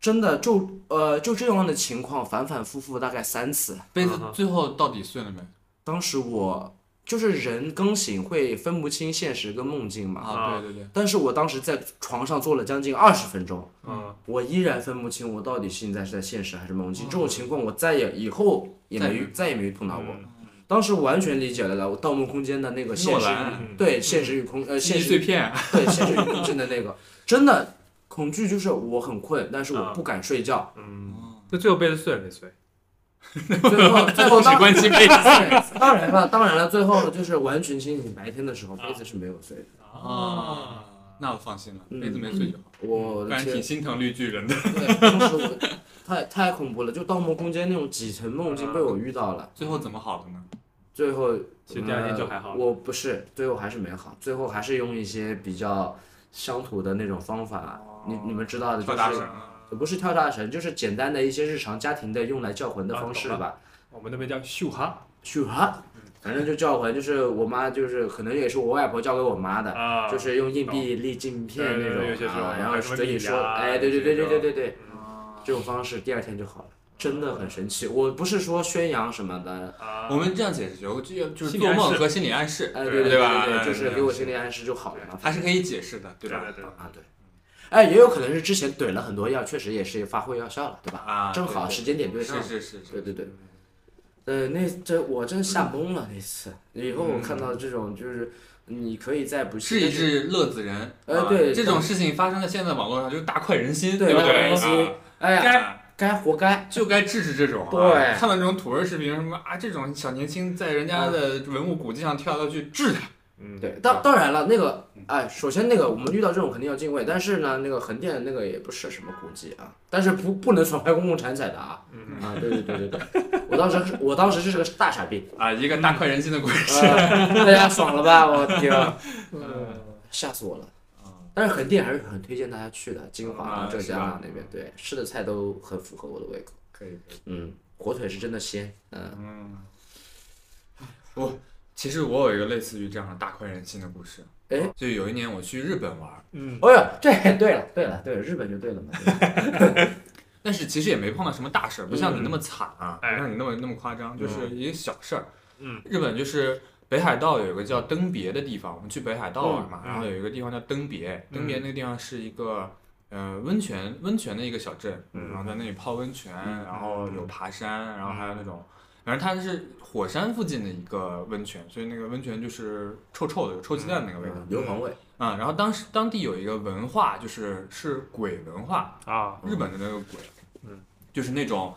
S2: 真的就呃就这样的情况反反复复大概三次。
S3: 杯子最后到底碎了没？
S2: 当时我就是人更醒会分不清现实跟梦境嘛，
S3: 啊，对对对，
S2: 但是我当时在床上坐了将近二十分钟，
S1: 嗯
S2: 我依然分不清我到底现在是在现实还是梦境。这种情况我再也以后也
S3: 再也
S2: 没
S3: 没嗯
S2: 遇再也没碰到过。
S1: 嗯
S2: 当时完全理解了《盗梦空间》的那个现
S3: 诺
S2: 实
S3: 兰嗯
S2: 与，对现实与空呃
S3: 记
S2: 现
S3: 忆
S2: 实
S3: 碎
S2: 与
S3: 片，
S2: 对现实与空间的那个，真的恐惧就是我很困，但是
S3: 啊
S2: 我不敢睡
S3: [laughs]
S2: 觉。
S1: 嗯，那最后杯子碎了没碎？
S2: 最后最后
S3: 只
S2: 当
S3: 关心 [laughs] 杯子
S2: 对当然了，当然了，最后就是完全清醒，白天的时候杯子是没有碎的。
S1: 哦
S3: 啊，那我放心了，杯子没碎就好，
S1: 嗯
S2: 我
S3: 不
S2: 的
S3: 然
S2: 天
S3: 挺，心疼绿巨人的。
S2: 对，当时我太太恐怖了，就《盗梦空间》那种几层梦境被我遇到了，
S3: 最后怎么好的呢？
S2: 最后
S1: 嗯其实第二天就还好
S2: 呃
S1: 了
S2: 我不是，最后还是没好，最后还是用一些比较乡土的那种方法，你你们知道的，就
S3: 跳大
S2: 是
S3: 神啊，
S2: 也不是跳大神，就是简单的一些日常家庭的用来叫魂的方式
S1: 啊懂
S2: 吧。
S1: 我们那边叫秀哈
S2: 去哈，反正就叫魂，就是我妈，就是可能也是我外婆教给我妈的，
S1: 啊，
S2: 就是用硬币立镜片
S1: 对对
S2: 那
S1: 对有些
S2: 种
S1: 时候
S2: 啊，然
S1: 还
S2: 后
S1: 有什么
S2: 嘴里
S1: 米
S2: 说，
S1: 啊
S2: 哎，对对对对对对对，
S1: 嗯
S2: 这种方式第二天就好了，真的很神奇。我不是说宣扬什么的，
S1: 啊
S3: 我们这样解释，有这就是
S1: 心理
S3: 做
S1: 暗
S3: 梦
S1: 示
S3: 和心理暗示，
S2: 哎，对
S3: 对吧？
S2: 对
S3: 哎
S2: 就是给我心理暗示就好了嘛。
S3: 还是可以解释的，对吧？
S1: 对
S2: 啊，对。哎，也有可能是之前怼了很多药，确实也是发挥药效了，对吧？
S3: 啊
S2: 正
S3: 对
S2: 好
S3: 对
S2: 时间点对上
S3: 是。是是是，
S2: 对对对。呃，那这我真吓懵了那次。以后我看到这种就是，你可以在不信
S3: 治一
S2: 但是
S3: 治乐子人，
S2: 呃
S3: 啊
S2: 对
S3: 这种事情发生在现在网络上，就是大快人心，
S2: 对
S3: 不
S2: 大快
S3: 对？
S2: 人心
S3: 啊
S2: 哎呀，
S3: 该
S2: 该活该。
S3: 就该制止这种啊。
S2: 对
S3: 看到这种土味视频，什么啊，这种小年轻在人家的文物古迹上跳来跳去，治他。
S1: 嗯
S2: 对，当当然了，那个，
S3: 嗯
S2: 哎，首先那个我们遇到这种肯定要敬畏，但是呢，那个横店那个也不是什么古迹啊，但是不不能损坏公共财产的啊，
S3: 嗯
S2: 啊，对对对对对，我当时我当时是个大傻逼，
S3: 啊，一个大快人心的故事。
S2: 呃、大家爽了吧？我天，啊
S3: 嗯
S2: 呃吓死我了。但是横店还是很推荐大家去的，金华
S3: 啊
S2: 浙江
S3: 是吧
S2: 啊那边，对，吃的菜都很符合我的胃口。
S3: 可以。
S2: 嗯，火腿是真的鲜，嗯，
S3: 我哦其实我有一个类似于这样的大快人心的故事。
S2: 哎，
S3: 就有一年我去日本玩，
S1: 嗯
S2: 哦哟，对对了对了对了，日本就对了嘛，对吧
S3: 但是其实也没碰到什么大事儿，不像你那么惨啊，
S1: 哎
S3: 不像你那么那么夸张，就是一个小事儿。
S1: 嗯，
S3: 日本就是北海道有一个叫登别的地方，我们去北海道玩嘛，
S1: 嗯
S3: 然后有一个地方叫登别，登别那个地方是一个。呃，温泉温泉的一个小镇，
S1: 嗯
S3: 然后在那里泡温泉，然后有爬山，然后还有那
S1: 嗯
S3: 种，反正它是火山附近的一个温泉，所以那个温泉就是臭臭的，有臭鸡蛋那个味 [laughs] 道。
S2: 嗯硫磺味，
S3: 啊、然后当时当地有一个文化，就是是鬼文化，
S1: 啊
S3: 日本的那个鬼，
S1: 嗯，
S3: 就是那种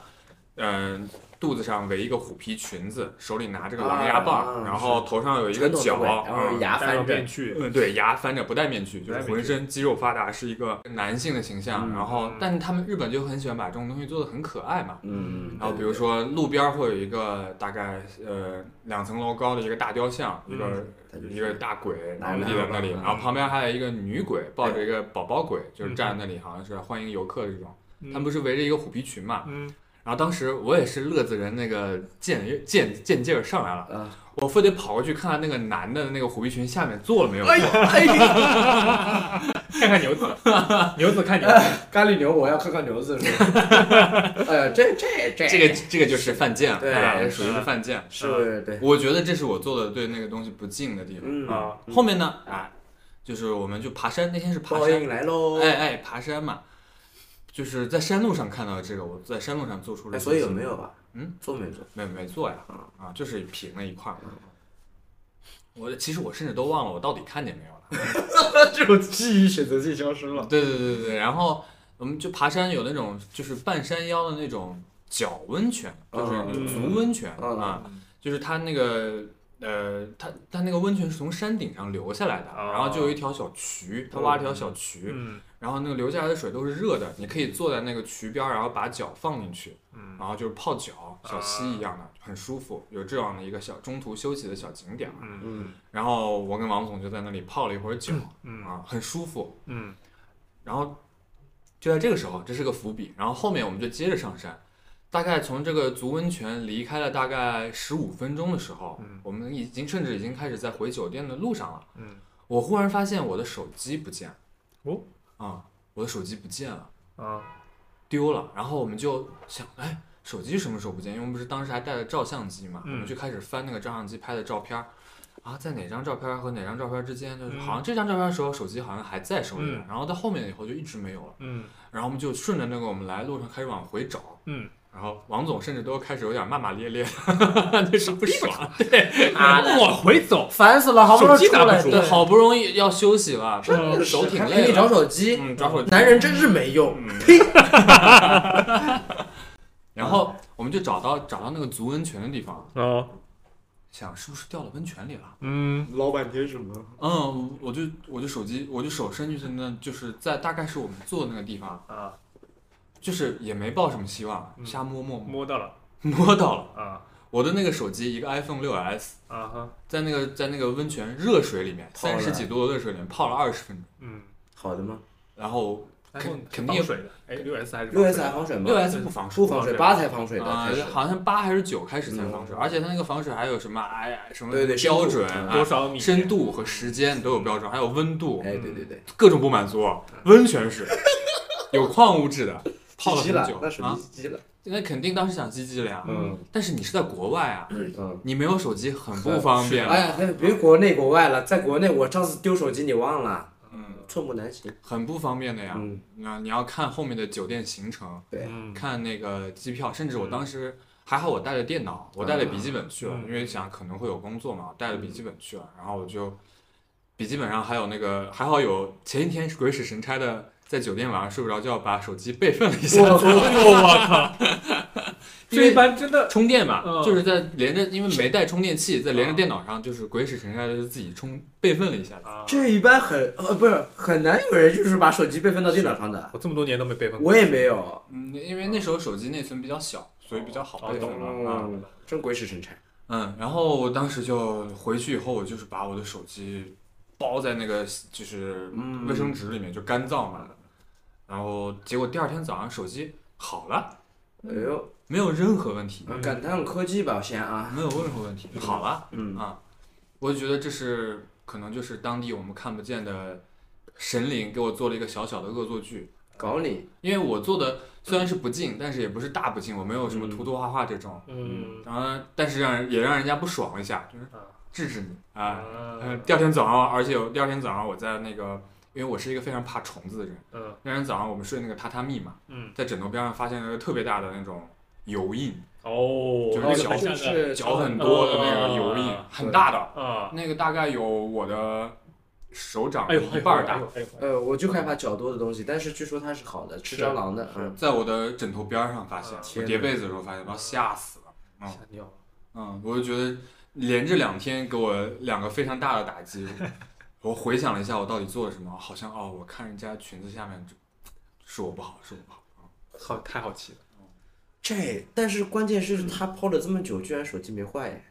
S3: 嗯、肚子上围一个虎皮裙子，手里拿着个狼牙棒，
S2: 啊
S3: 然后头上有一个
S2: 传统
S3: 角，
S2: 的然后
S3: 嗯
S2: 牙
S1: 戴上
S2: 翻着
S1: 面，具，
S3: 嗯，对，牙翻着不戴面具，就是
S1: 不戴面
S3: 浑
S1: 具
S3: 身肌肉发达，是一个男性的形象。
S2: 嗯
S3: 然后，但是他们日本就很喜欢把这种东西做的很可爱嘛。
S2: 嗯，
S3: 然后比如说路边儿会有一个大概呃两层楼高的一个大雕像，一个、
S2: 他嗯就是
S3: 一个大鬼，然
S2: 拿
S3: 后
S2: 着
S3: 立在那里，
S2: 拿着
S3: 然后旁边还有一个女鬼抱着一个宝宝鬼，就是站在那里，好像是欢迎游客的这种。他们不
S2: 嗯
S3: 是围着一个虎皮裙嘛？
S1: 嗯，
S3: 然后当时我也是乐子人那个贱贱贱劲儿上来了，
S2: [laughs] 啊，
S3: 我非得跑过去看看那个男的那个虎皮裙下面坐了没有。
S2: 哎
S1: 看看牛
S3: [laughs]
S1: 子，牛子看牛子，
S2: 咖喱牛，我要看看牛子是吧？ [laughs] 哎呀，这这这
S3: 这个这个就是犯贱，
S2: 对
S3: 哎属于是犯贱。
S2: 是对，
S3: 我觉得这是我做的对那个东西不敬的地方。
S2: 嗯
S1: 啊，
S3: 后面呢，啊，就是我们就爬山，那天是爬
S2: 报
S3: 山，
S2: 应来喽。
S3: 哎哎，爬山嘛，就是在山路上看到这个，我在山路上做出了
S2: 哎
S3: 一些
S2: 所
S3: 行
S2: 以有
S3: 为，
S2: 没有吧？
S3: 嗯，
S2: 做没做？
S3: 没没做呀？啊，就是平了一块儿。我其实我甚至都忘了我到底看见没有了。
S1: 啊
S4: 这种记忆选择性消失了。
S3: 对对对对对，然后我们就爬山，有那种就是半山腰的那种脚温泉，就是
S1: 嗯
S3: 足温泉、
S2: 嗯
S3: 啊，就是它那个呃，它它那个温泉是从山顶上流下来的，
S1: 哦
S3: 然后就有一条小渠，它挖了条小渠，
S1: 嗯
S3: 然后那个流下来的水都是热的，你可以坐在那个渠边儿，然后把脚放进去，
S1: 嗯啊
S3: 然后就是泡脚，小溪一样的，很舒服，有这样的一个小中途休息的小景点儿。
S1: 嗯
S2: 嗯，
S3: 然后我跟王总就在那里泡了一会儿脚，
S1: 嗯
S3: 啊，很舒服。
S1: 嗯
S3: 然后就在这个时候，这是个伏笔。然后后面我们就接着上山，大概从这个足温泉离开了大概十五分钟的时候，
S1: 嗯
S3: 我们已经甚至已经开始在回酒店的路上了。
S1: 嗯
S3: 我忽然发现我的手机不见了，
S1: 哦，
S3: 啊、我的手机不见了，
S1: 啊，
S3: 丢了。然后我们就想，哎，手机什么时候不见？因为我们不是当时还带了照相机嘛，
S1: 嗯
S3: 我们就开始翻那个照相机拍的照片儿。啊，在哪张照片和哪张照片之间，就是
S1: 嗯
S3: 好像这张照片的时候，手机好像还在手里，
S1: 嗯
S3: 然后到后面以后就一直没有了。
S1: 嗯
S3: 然后我们就顺着那个我们来路上开始往回找，
S1: 嗯，
S3: 然后王总甚至都开始有点骂骂咧咧，
S1: 啊
S3: 就是不爽，对，
S1: 往回走，
S2: 嗯烦死了，好不容易
S1: 手机
S2: 出
S1: 拿不
S2: 来
S1: 住
S3: 对，
S2: 的，
S3: 好不容易要休息了，
S1: 真
S2: 是
S3: 手挺
S2: 还
S3: 累
S2: 给你找
S3: 了，
S2: 手机，
S3: 嗯，找手机，
S2: 男人真是没用。
S3: 嗯
S2: 呸！
S3: 然后我们就找到找到那个足温泉的地方，
S1: 啊，
S3: 想是不是掉到温泉里了？
S1: 嗯
S4: 老半天什么？
S3: 嗯，我就我就手机我就手伸进去那，就是在大概是我们坐的那个地方，
S1: 啊，
S3: 就是也没抱什么希望，
S1: 嗯
S3: 瞎摸摸摸
S1: 摸到了
S3: 摸到了
S1: 啊
S3: 我的那个手机，一个 iPhone 六 S。
S1: 啊哈，
S3: 在那个在那个温泉热水里面，
S2: 泡了
S3: 三十几度的热水里面泡了二十分钟，
S1: 嗯，
S2: 好的吗？
S3: 然后肯肯定
S1: 防水的，哎，六 S 还是
S2: 六 S 还
S1: 防
S2: 防水吗
S3: 六？S 啊不防水
S2: 不防水，八才防水的。
S3: 啊
S2: 开始，
S3: 好像八还是九开始才
S2: 嗯
S3: 防水，而且它那个防水还有什么哎呀什么
S2: 对对
S3: 标准
S1: 水
S2: 深度
S1: 的
S3: 啊
S1: 多少米？
S3: 深度和时间都有标准，还有温度，
S2: 哎，对对对，
S3: 各种不满足。温泉水 [laughs] 有矿物质的，泡了
S2: 鸡鸡
S3: 很
S2: 了
S3: 久，
S2: 那手
S3: 啊
S2: 机，机了。
S3: 那肯定当时想鸡鸡了呀。
S2: 嗯
S3: 但是你是在国外啊，
S2: 嗯。
S3: 你没有手机很不方便，啊
S2: 哎呀，别国内国外了，在国内我上次丢手机你忘了，
S3: 嗯，
S2: 寸步难行。
S3: 很不方便的呀。
S2: 嗯，
S3: 那你要看后面的酒店行程，
S2: 对，
S1: 嗯
S3: 看那个机票，甚至我当时还好，我带了电脑，我带了笔记本去了，
S1: 嗯
S3: 因为想可能会有工作嘛，我带了笔记本去了，然后我就笔记本上还有那个还好有前一天是鬼使神差的，在酒店晚上睡不着觉，把手机备份了一下，
S1: 我靠，
S3: [laughs] 因
S1: 这一
S3: 为
S1: 般真的
S3: 充电嘛，
S1: 嗯
S3: 就是在连着，因为没带充电器，在连着电脑上，就是鬼使神差的就自己充备份了一下。
S1: 啊，
S2: 这一般很呃不是很难有人就是把手机备份到电脑上的，
S1: 我这么多年都没备份过，
S2: 我也没有。
S3: 嗯，因为那时候手机内存比较小，所以比较好备份
S1: 哦
S3: 了啊。
S2: 嗯，真鬼使神差。
S3: 嗯，然后我当时就回去以后，我就是把我的手机包在那个就是
S2: 嗯
S3: 卫生纸里面，就干燥嘛。然后结果第二天早上手机好了，
S2: 哎呦，
S3: 没有任何问题，
S2: 感叹科技吧先啊。
S3: 没有任何问题，好了
S2: 嗯，
S3: 啊！我就觉得这是可能就是当地我们看不见的神灵给我做了一个小小的恶作剧，
S2: 搞你。
S3: 因为我做的虽然是不敬，但是也不是大不敬，我没有什么
S2: 嗯
S3: 涂涂画画这种，
S1: 嗯
S3: 然后但是让人也让人家不爽了一下，就是
S1: 啊
S3: 制止你啊。嗯，
S1: 啊
S3: 第二天早上，而且有第二天早上我在那个，因为我是一个非常怕虫子的人。
S1: 嗯
S3: 第二天早上我们睡那个榻榻米嘛，
S1: 嗯，
S3: 在枕头边上发现了一个特别大的那种油印，
S1: 哦，
S3: 就是
S1: 那
S3: 小
S1: 个
S2: 就是
S1: 呃
S3: 脚很多的那个油印
S1: 哦，
S3: 很大的，
S1: 啊
S3: 那个大概有我的手掌
S1: 哎呦，哎
S3: 一
S1: 呦
S3: 半儿大，，
S1: 哎呦哎呦
S2: 呃，我就害怕脚多的东西，但是据说它是好的，吃
S1: 是
S2: 蟑螂的，嗯，
S3: 在我的枕头边儿上发
S1: 呃
S3: 现，
S2: 天
S3: 我
S2: 哪
S3: 叠被子的时候发现，把我吓死了。
S1: 哎呦
S3: 嗯
S1: 吓尿了。
S3: 嗯，我就觉得连着两天给我两个非常大的打击。我回想了一下，我到底做了什么，好像哦，我看人家裙子下面就，是我不好，是我不好。
S1: 好，太好奇了。
S2: 这，但是关键是他泡了这么久，居然手机没坏耶，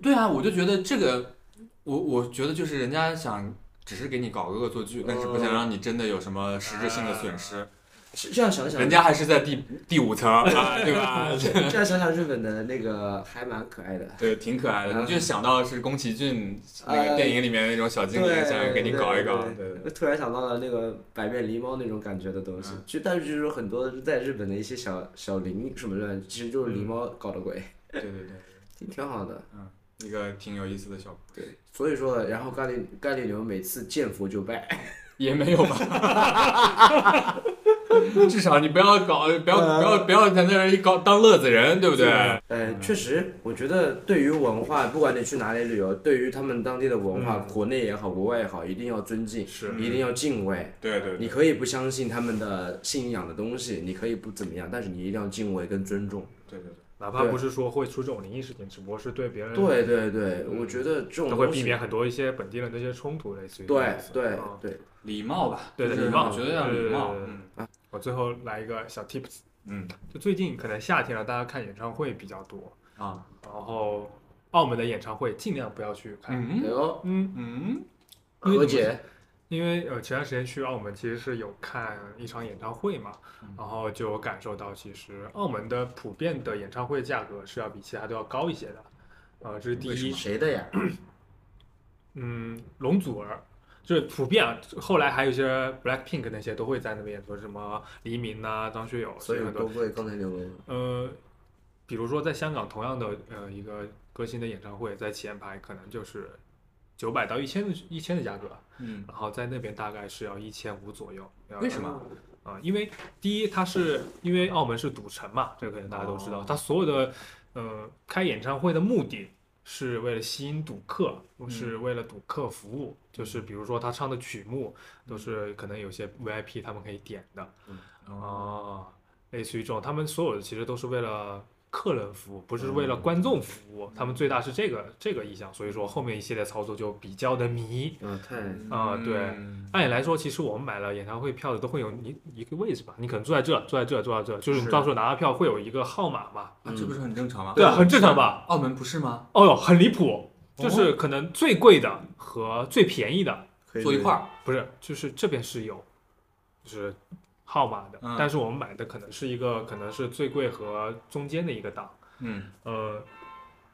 S3: 对啊，我就觉得这个，我我觉得就是人家想只是给你搞个恶作剧，但是不想让你真的有什么实质性的损失。
S2: 是这样想想，
S3: 人家还是在第第五层，啊、对吧？
S2: 这这样想想，日本的那个还蛮可爱的。
S3: 对，挺可爱的。你就想到是宫崎骏那个
S2: 呃
S3: 电影里面那种小精灵，想给你搞一搞。对对
S2: 我突然想到了那个百变狸猫那种感觉的东西，
S3: 嗯
S2: 就但是就是说很多在日本的一些小小灵什么的，其实就是狸猫搞的鬼，
S3: 对对对，
S2: 挺挺好的。
S3: 嗯，一个挺有意思的小故事，
S2: 所以说，然后伽利伽利流每次见佛就
S3: [laughs]
S2: 拜，
S3: 也没有吧。至少你不要搞，不要不要不要在那儿一搞当乐子人，对不对？嗯
S2: 呃，确实，我觉得对于文化，不管你去哪里旅游，对于他们当地的文化，
S3: 嗯
S2: 国内也好，国外也好，一定要尊敬，
S1: 是
S2: 一定要敬畏。
S3: 对对
S2: 你
S3: 对，
S2: 可以不相信他们的信仰的东西，你可以不怎么样，但是你一定要敬畏跟尊重。
S3: 对对对。
S1: 哪怕
S2: 对
S1: 不是说会出这种灵异事情，只不过是对别人
S2: 对对对，我觉得这种
S1: 都嗯会
S2: 东
S1: 避
S2: 西
S1: 免很多一些本地人的一些冲突，类似于这
S2: 对
S1: 样子
S2: 对
S1: 嗯
S2: 对，
S3: 礼貌吧，
S1: 对
S3: 就是
S1: 礼貌
S3: 我觉得要礼貌。
S1: 对对对
S3: 嗯
S1: 我最后来一个小 tips，
S3: 嗯
S1: 就最近可能夏天了，大家看演唱会比较多，
S3: 啊，
S1: 然后澳门的演唱会尽量不要去看，
S2: 哎
S3: 嗯
S2: 呦，
S1: 嗯，
S3: 嗯
S1: 因为
S2: 何
S1: 怎么
S2: 姐，
S1: 因为呃前段时间去澳门其实是有看一场演唱会嘛，
S2: 嗯
S1: 然后就有感受到其实澳门的普遍的演唱会价格是要比其他都要高一些的，呃这是第一，
S2: 谁的呀？
S1: 嗯，容祖儿，就是普遍啊。后来还有一些 Blackpink 那些都会在那边演出，什么黎明呐、张学友，
S2: 所以
S1: 很
S2: 都
S1: 多。
S2: 不会刚才刘
S1: [laughs]
S2: 文。
S1: 呃，比如说在香港同样的呃一个歌星的演唱会，在前排可能就是九百到一千的一千的价格，
S3: 嗯，
S1: 然后在那边大概是要一千五左右。要
S3: 为什么？
S1: 啊、因为第一，它是因为澳门是赌城嘛，这个可能大家都知道，它所有的呃开演唱会的目的是为了吸引赌客，是为了赌客服务，就是比如说他唱的曲目都是可能有些 VIP 他们可以点的，啊，
S3: 哦
S1: 类似于这种，他们所有的其实都是为了客人服务，不是为了观众服务，他们最大是这个这个意向，所以说后面一系列操作就比较的迷，
S2: 啊，太
S1: 啊对
S3: 嗯
S1: 按理来说，其实我们买了演唱会票的都会有一一个位置吧，你可能坐在这，坐在这，坐在这，就是你
S3: 是
S1: 到时候拿到票会有一个号码嘛，
S3: 啊这不是很正常吗？
S1: 对啊，很正常吧？
S3: 澳门不是吗？
S1: 哦哟，很离谱，就是可能最贵的和最便宜的，
S2: 可以
S3: 坐一块儿，
S1: 不是，就是这边是有，就是号码的，
S3: 嗯
S1: 但是我们买的可能是一个，可能是最贵和中间的一个档，
S3: 嗯，
S1: 呃，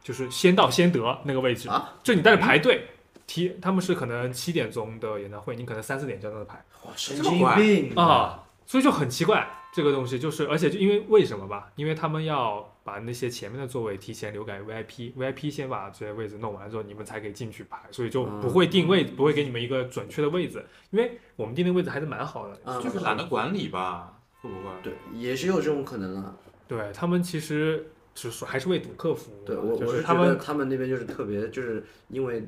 S1: 就是先到先得那个位置，
S2: 啊
S1: 就你在那排队。提他们是可能七点钟的演唱会，你可能三四点就在那排。
S2: 哇，神
S3: 这么
S2: 经
S3: 怪
S2: 病！
S1: 啊，所以就很奇怪这个东西，就是而且就因为为什么吧？因为他们要把那些前面的座位提前留给 VIP，VIP 先把这些位置弄完之后，你们才可以进去排，所以就不
S2: 嗯
S1: 会定位，不会给你们一个准确的位置，因为我们定的位置还是蛮好的。
S2: 啊
S3: 就是懒得管理吧，会不会？
S2: 对，也是有这种可能啊了。
S1: 对他们其实是说还是为赌客服务嘛，
S2: 对我，
S1: 就
S2: 我
S1: 是他
S2: 觉得
S1: 们
S2: 他们那边就是特别，就是因为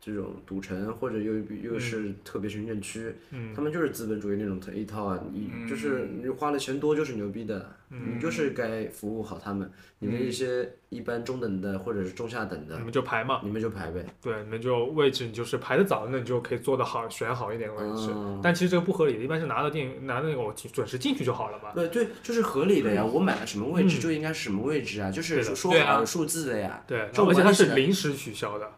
S2: 这种赌城或者又又是特别行政区，
S1: 嗯
S2: 他们就是资本主义那种一套啊，你
S3: 嗯
S2: 就是你花的钱多就是牛逼的，
S1: 嗯
S2: 你就是该服务好他们。你们一些一般中等的或者是中下等的
S1: 你，们就排嘛，
S2: 你们就排呗。
S1: 对，你们就位置你就是排的早，那你就可以坐的好，选好一点的位置。
S2: 嗯
S1: 但其实这个不合理的，一般是拿到电影拿那个我准时进去就好了嘛。
S2: 对对，就是合理的呀。我买了什么位置就应该是什么位置啊，就是
S1: 对的
S2: 说说
S3: 对啊
S2: 好有数字的呀。
S1: 对，
S2: 就
S1: 而且它
S2: 完
S1: 是
S2: 全
S1: 临时取消的，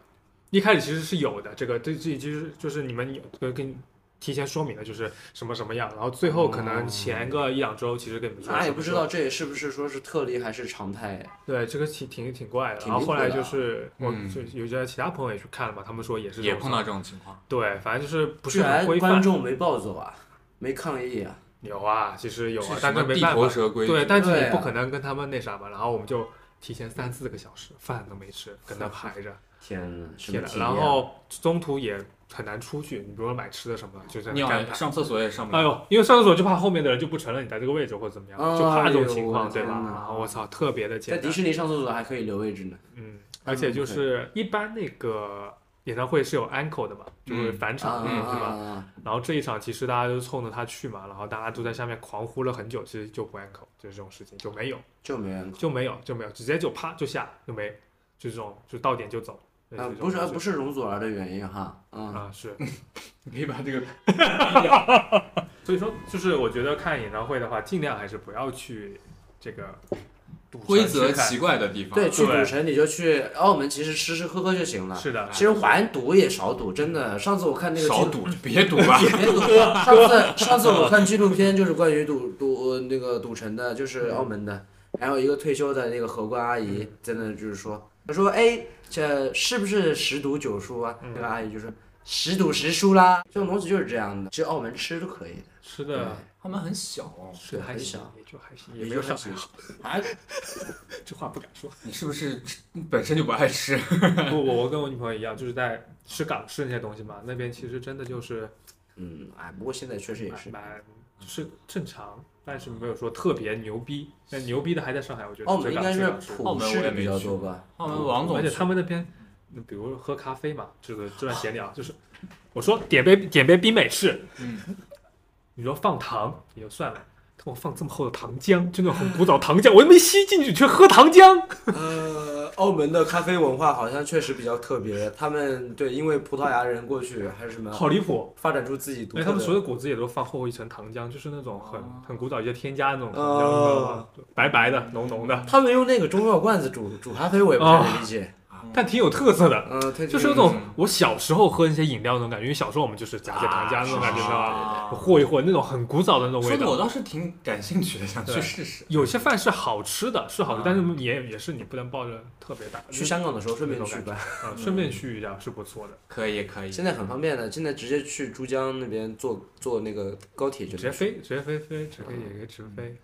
S1: 一开始其实是有的，这个这这就是就是你们有跟跟你提前说明了，就是什么什么样，然后最后可能前个一两周其实跟你们说，
S2: 哦啊那也不知道，这是不是说是特例还是常态？
S1: 对，这个挺挺挺怪的。
S2: 挺
S1: 然后
S2: 离
S1: 后
S2: 谱
S1: 来
S2: 的
S1: 就
S2: 啊
S1: 是我
S3: 嗯
S1: 就有些其他朋友也去看了嘛，他们说也是这
S3: 也
S1: 种
S3: 碰到这种情况，
S1: 对，反正就是不
S2: 居
S1: 是
S2: 然
S1: 很规
S2: 观
S1: 范。
S2: 众没暴走啊，没抗议啊。
S1: 有啊，其实有啊
S3: 是，
S1: 但
S3: 什
S1: 是
S3: 么
S1: 没
S3: 地
S1: 办法
S3: 头，蛇规矩
S1: 对，但是
S2: 对
S1: 你不
S2: 啊
S1: 可能跟他们那啥嘛。然后我们就提前三四个小时，饭都没吃，跟那排着。
S2: 天呐，什
S1: 天
S2: 么
S1: 呐
S2: 体验啊
S1: 然后中途也很难出去，你比如说买吃的什么，就在那
S3: 尿
S1: 干
S3: 也
S1: 排。
S3: 上厕所也上不
S1: 哎
S3: 了。
S1: 呦，因为上厕所就怕后面的人就不承认你在这个位置或者怎么样，就怕这种情
S2: 哎
S1: 况，
S2: 呦
S1: 对吧？
S2: 天哪
S1: 然后我操，特别的
S2: 在
S1: 简
S2: 迪嗯
S1: 单，
S2: 士尼上厕所还可以留位置呢。
S1: 嗯，而且就是一般那个。演唱会是有 ankle 的嘛，嗯就是返场，
S2: 啊
S1: 对吧？
S2: 啊
S1: 然后这一场其实大家都冲着他去嘛，然后大家都在下面狂呼了很久，其实就不 ankle，就是这种事情就没有，
S2: 就没人
S1: 就没有，就没有，直接就啪就下就没，就这种就到点就走。
S2: 啊，
S1: 类似于这种
S2: 不是啊不
S1: 东西
S2: 是容祖儿的原因哈，嗯，
S1: 啊是，
S3: 你可以把这 [laughs] 个
S1: 所以说就是我觉得看演唱会的话，尽量还是不要去这个赌城
S3: 规则
S1: 去看
S3: 奇怪的地方，
S2: 对，去
S1: 对
S2: 赌城你就去澳门，其实吃吃喝喝就行了。
S1: 是的，
S2: 其实还赌也少赌，真的。上次我看那个
S3: 少
S2: 纪录
S3: [laughs] 赌，别赌
S1: [laughs]
S3: 吧。
S2: 别赌了。上次上次我看纪录片，就是关于赌赌呃那个赌城的，就是澳门
S1: 嗯
S2: 的，还有一个退休的那个荷官阿姨在那就是说，她说哎，这是不是十赌九输啊？
S1: 嗯
S2: 那个阿姨就说十赌十输啦。这种东西就是这样的，其实澳门吃都可以的，
S1: 吃的
S3: 澳门很小哦，
S1: 吃的还
S2: 很
S1: 行
S2: 小，
S1: 也就还行，也
S2: 也
S1: 没有
S2: 就
S1: 上海 [laughs]
S2: 还行
S1: 好。
S2: 还
S1: 这话不敢说。
S3: 哎你是不是本身就不爱吃？
S1: [laughs] 不，我我跟我女朋友一样，就是在吃港式那些东西嘛，那边其实真的就是
S2: 嗯哎，不过现在确实也是。
S1: 蛮就是正常，但是没有说特别牛逼。那牛逼的还在上海，我觉得
S2: 澳门
S1: 最
S2: 哦应
S1: 港
S2: 该
S1: 最
S2: 是
S1: 港式
S3: 澳
S2: 普
S3: 门
S2: 式
S3: 我也
S2: 的
S3: 没
S2: 比较
S3: 去
S2: 多吧，
S3: 澳门王总
S1: 而且他们那边，嗯比如喝咖啡嘛，就是这段闲聊，就是我说点杯点杯冰美式，
S3: 嗯，
S1: 你说放糖也就算了，他给我放这么厚的糖浆，就那种很古早糖浆，我又没吸进去，却喝糖浆。
S2: 呃，澳门的咖啡文化好像确实比较特别，他们对因为葡萄牙人过去还是什么，
S1: 好离谱！
S2: 发展出自嗯己独
S1: 而且
S2: 特
S1: 他们所有
S2: 的。
S1: 的果汁也都放厚厚一层糖浆，就是那种很
S3: 哦
S1: 很古早一些添加的那种糖浆，你知道吗
S2: 哦？
S1: 白白的、浓浓的，
S2: 他们用那个中药罐子煮煮咖啡，我也不太
S1: 哦
S2: 能理解。
S1: 但挺有特色的。
S2: 嗯、它
S1: 就是有种我小时候喝那些饮料那种感觉，因为小时候我们就是夹些糖浆那种感觉，知道
S2: 哦
S1: 吧？和一和那种很古早的那种味
S3: 说的我
S1: 道。
S3: 倒是挺感兴趣的，想去
S1: 对
S3: 试试。
S1: 有些饭是好吃的，是好吃
S3: 啊，
S1: 但是也也是你不能抱着特别大。
S2: 去香港的时候顺便去吧，
S1: 嗯，顺便续一下是不错的，
S3: 可以可以，
S2: 现在很方便的，现在直接去珠江那边坐坐那个高铁就
S1: 直接
S2: 能。
S1: 飞，直接飞飞，直飞也可以直飞。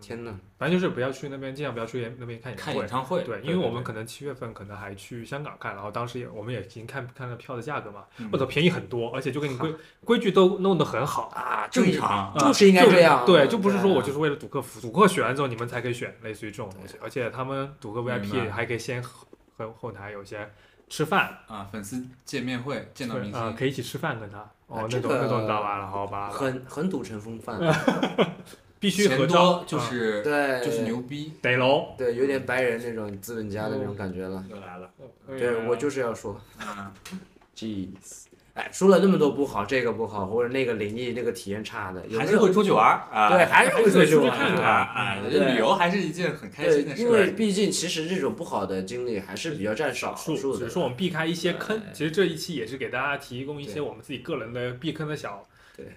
S2: 天呐，
S1: 反正就是不要去那边，尽量不要去那边看演唱
S3: 看
S1: 会
S3: 演。唱会，
S1: 对，因为我们可能七月份可能还去香港看，然后当时也我们也已经看看了票的价格嘛，
S3: 嗯
S1: 我操，便宜很多，而且就给你规规矩都弄得很好，
S2: 啊，就
S3: 正常。
S1: 啊
S2: 就是应该这样。
S1: 对，就不是说我就是是为了赌客服，赌客选完之后你们才可以选，类似于这种东西。而且他们赌客
S3: 明白
S1: VIP 还可以先和和后台有些吃饭，
S3: 啊，粉丝见面会见到明
S1: 啊、
S3: 星，
S1: 可以一起吃饭跟他哦，那
S2: 啊这
S1: 种那种你知道
S2: 个
S1: 吧？然后
S3: 啊
S1: 吧，
S2: 很很赌城风
S1: 嗯
S2: 范，
S1: 必须合
S3: 钱
S1: 照
S3: 多，就
S1: 啊
S3: 是
S2: 对，
S3: 就是牛逼
S1: 逮楼。
S2: 对，有点白人那种资本家的那
S1: 哦
S2: 种感觉了。
S3: 又来了，
S1: 啊
S2: 对我就是要说。
S3: 嗯，
S2: Jeez，哎，说了那么多不好，这个不好，或者那个灵异，那个体验差的，有
S3: 还
S2: 没
S3: 是
S2: 有
S3: 会？出去玩儿啊，
S2: 对，还是会出去
S1: 出去
S2: 玩哎
S1: 看
S3: 啊
S1: 看
S2: 儿。嗯
S3: 啊，
S2: 对
S3: 旅游还是一件很开
S2: 对
S3: 心的，事
S2: 因为
S3: 儿。
S2: 毕竟其实这种不好的经历还是比较占少
S1: 数
S2: 数
S1: 只
S2: 的
S1: 是。说我们避开一些坑。
S2: 对
S1: 其实这一期也是给大家提供一些
S2: 对
S1: 我们自己个人的避坑的小，
S2: 对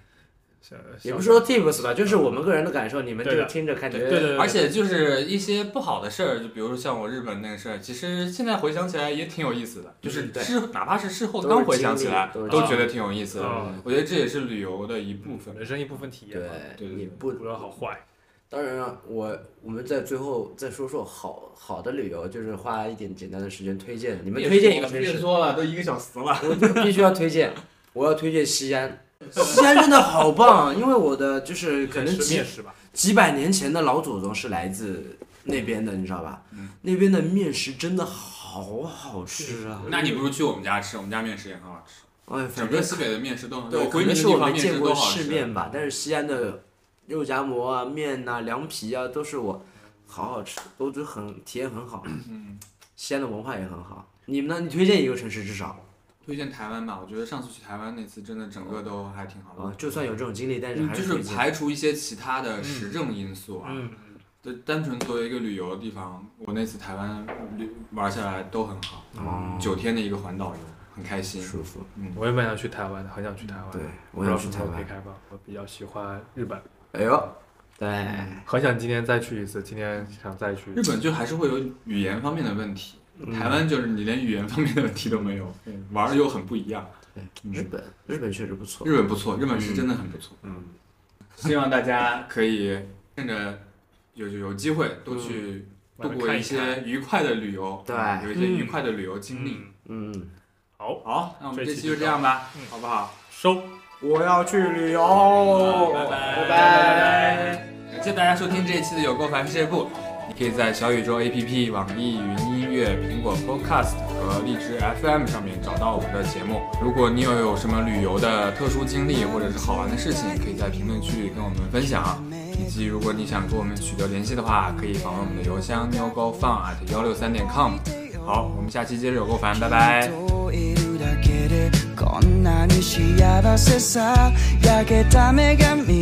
S1: 小，小
S2: 也不是说 tips 吧，就是我们个人的感受，你们就
S1: 对的
S2: 是听着感觉。
S1: 对对对，
S3: 而且就是一些不好的事儿，就比如说像我日本那个事儿，其实现在回想起来也挺有意思的，就是
S2: 嗯对
S3: 事哪怕是事后
S2: 都是
S3: 刚回想起来，
S2: 经历
S3: 都
S1: 都是
S3: 觉得挺有意思的。
S1: 嗯
S3: 我觉得这也是旅游的一部分。
S1: 人生一部分体验
S2: 对
S1: 嘛，
S3: 对对
S2: 你
S3: 对
S1: 不
S2: 不
S1: 知道好坏。
S2: 当然了，我我们在最后再说说好好的旅游，就是花一点简单的时间推荐，你们推荐一个城
S3: 别
S2: 市，
S3: 说了，都一个小时了。
S2: 我就必须要推
S1: [laughs]
S2: 荐，我要推荐西安。西安真的好棒，啊因为我的就是可能
S1: 是
S2: 几
S1: 面试吧，
S2: 几百年前的老祖宗是来自那边的，你知道吧？
S1: 嗯
S2: 那边的面食真的好好吃
S1: 嗯
S2: 啊！
S3: 那你不如去我们家吃，我们家面食也很好吃，
S2: 哎，
S3: 整
S2: 反
S3: 个
S2: 正
S3: 西北的面食都很好吃。
S2: 对，
S3: 我
S2: 可
S3: 回
S2: 能
S3: 民的
S2: 是
S3: 地
S2: 我
S3: 方
S2: 没
S3: 面食
S2: 见
S3: 都
S2: 过
S3: 好吃。
S2: 世面吧，但是西安的肉夹馍啊、面呐、凉皮啊，都是我好好吃，都是很体验很好。
S3: 嗯，
S2: [clears throat] 西安的文化也很好。你们呢？你推荐一个城市至少
S3: 推荐台湾吧，我觉得上次去台湾那次真的整个都还挺好的。
S2: 啊，就算有这种经历，但是
S3: 嗯
S2: 还
S3: 就是是
S2: 推荐嗯
S3: 排除一些其他的时政因素啊，
S1: 嗯，
S3: 就单纯作为一个旅游的地方，我那次台湾旅玩下来都很好，
S2: 哦
S3: 九天的一个环岛游，很开心。
S2: 舒服。
S1: 我也蛮想去台湾的，很想去台湾。
S2: 嗯对，
S1: 嗯不
S2: 我
S1: 知道
S2: 想
S1: 什
S2: 去
S1: 么时候
S2: 台
S1: 可以
S2: 湾。
S1: 开放。我比较喜欢日本，
S2: 哎呦，对，
S1: 很想今天再去一次，今天想再去。
S3: 日本就还是会有语言方面的问题，
S2: 嗯
S3: 台湾就是你连语言方面的问题都没有，玩儿又很不一样。
S2: 日本，日本确实不错。
S3: 日本不错，日本是真的很不错。
S1: 嗯，
S3: 希望大家可以趁着有有有机会多去
S1: 嗯
S3: 度过一
S1: 看一
S3: 些愉快的旅游，
S2: 对
S3: 有一些愉快的旅游经历。
S1: 嗯
S2: 嗯，
S1: 好，
S3: 好，那我们
S1: 这
S3: 这
S1: 期
S3: 期就
S1: 就
S3: 这
S1: 到
S3: 样吧
S1: 嗯，
S3: 好不好？
S1: 收。
S2: 我要去旅游，
S3: 拜拜
S2: 拜
S3: 拜拜。感谢大家收听这一期的有够凡事这部，你可以在小宇宙 APP、网易云音乐、苹果 Podcast 和荔枝 FM 上面找到我们的节目。如果你有有什么旅游的特殊经历或者是好玩的事情，可以在评论区里跟我们分享。以及如果你想跟我们取得联系的话，可以访问我们的邮箱 n e o g o f u n at 幺六三点 com。好，我们下期接着有够烦，拜拜。
S5: いるだけでこんなに幸せさ焼けた目が見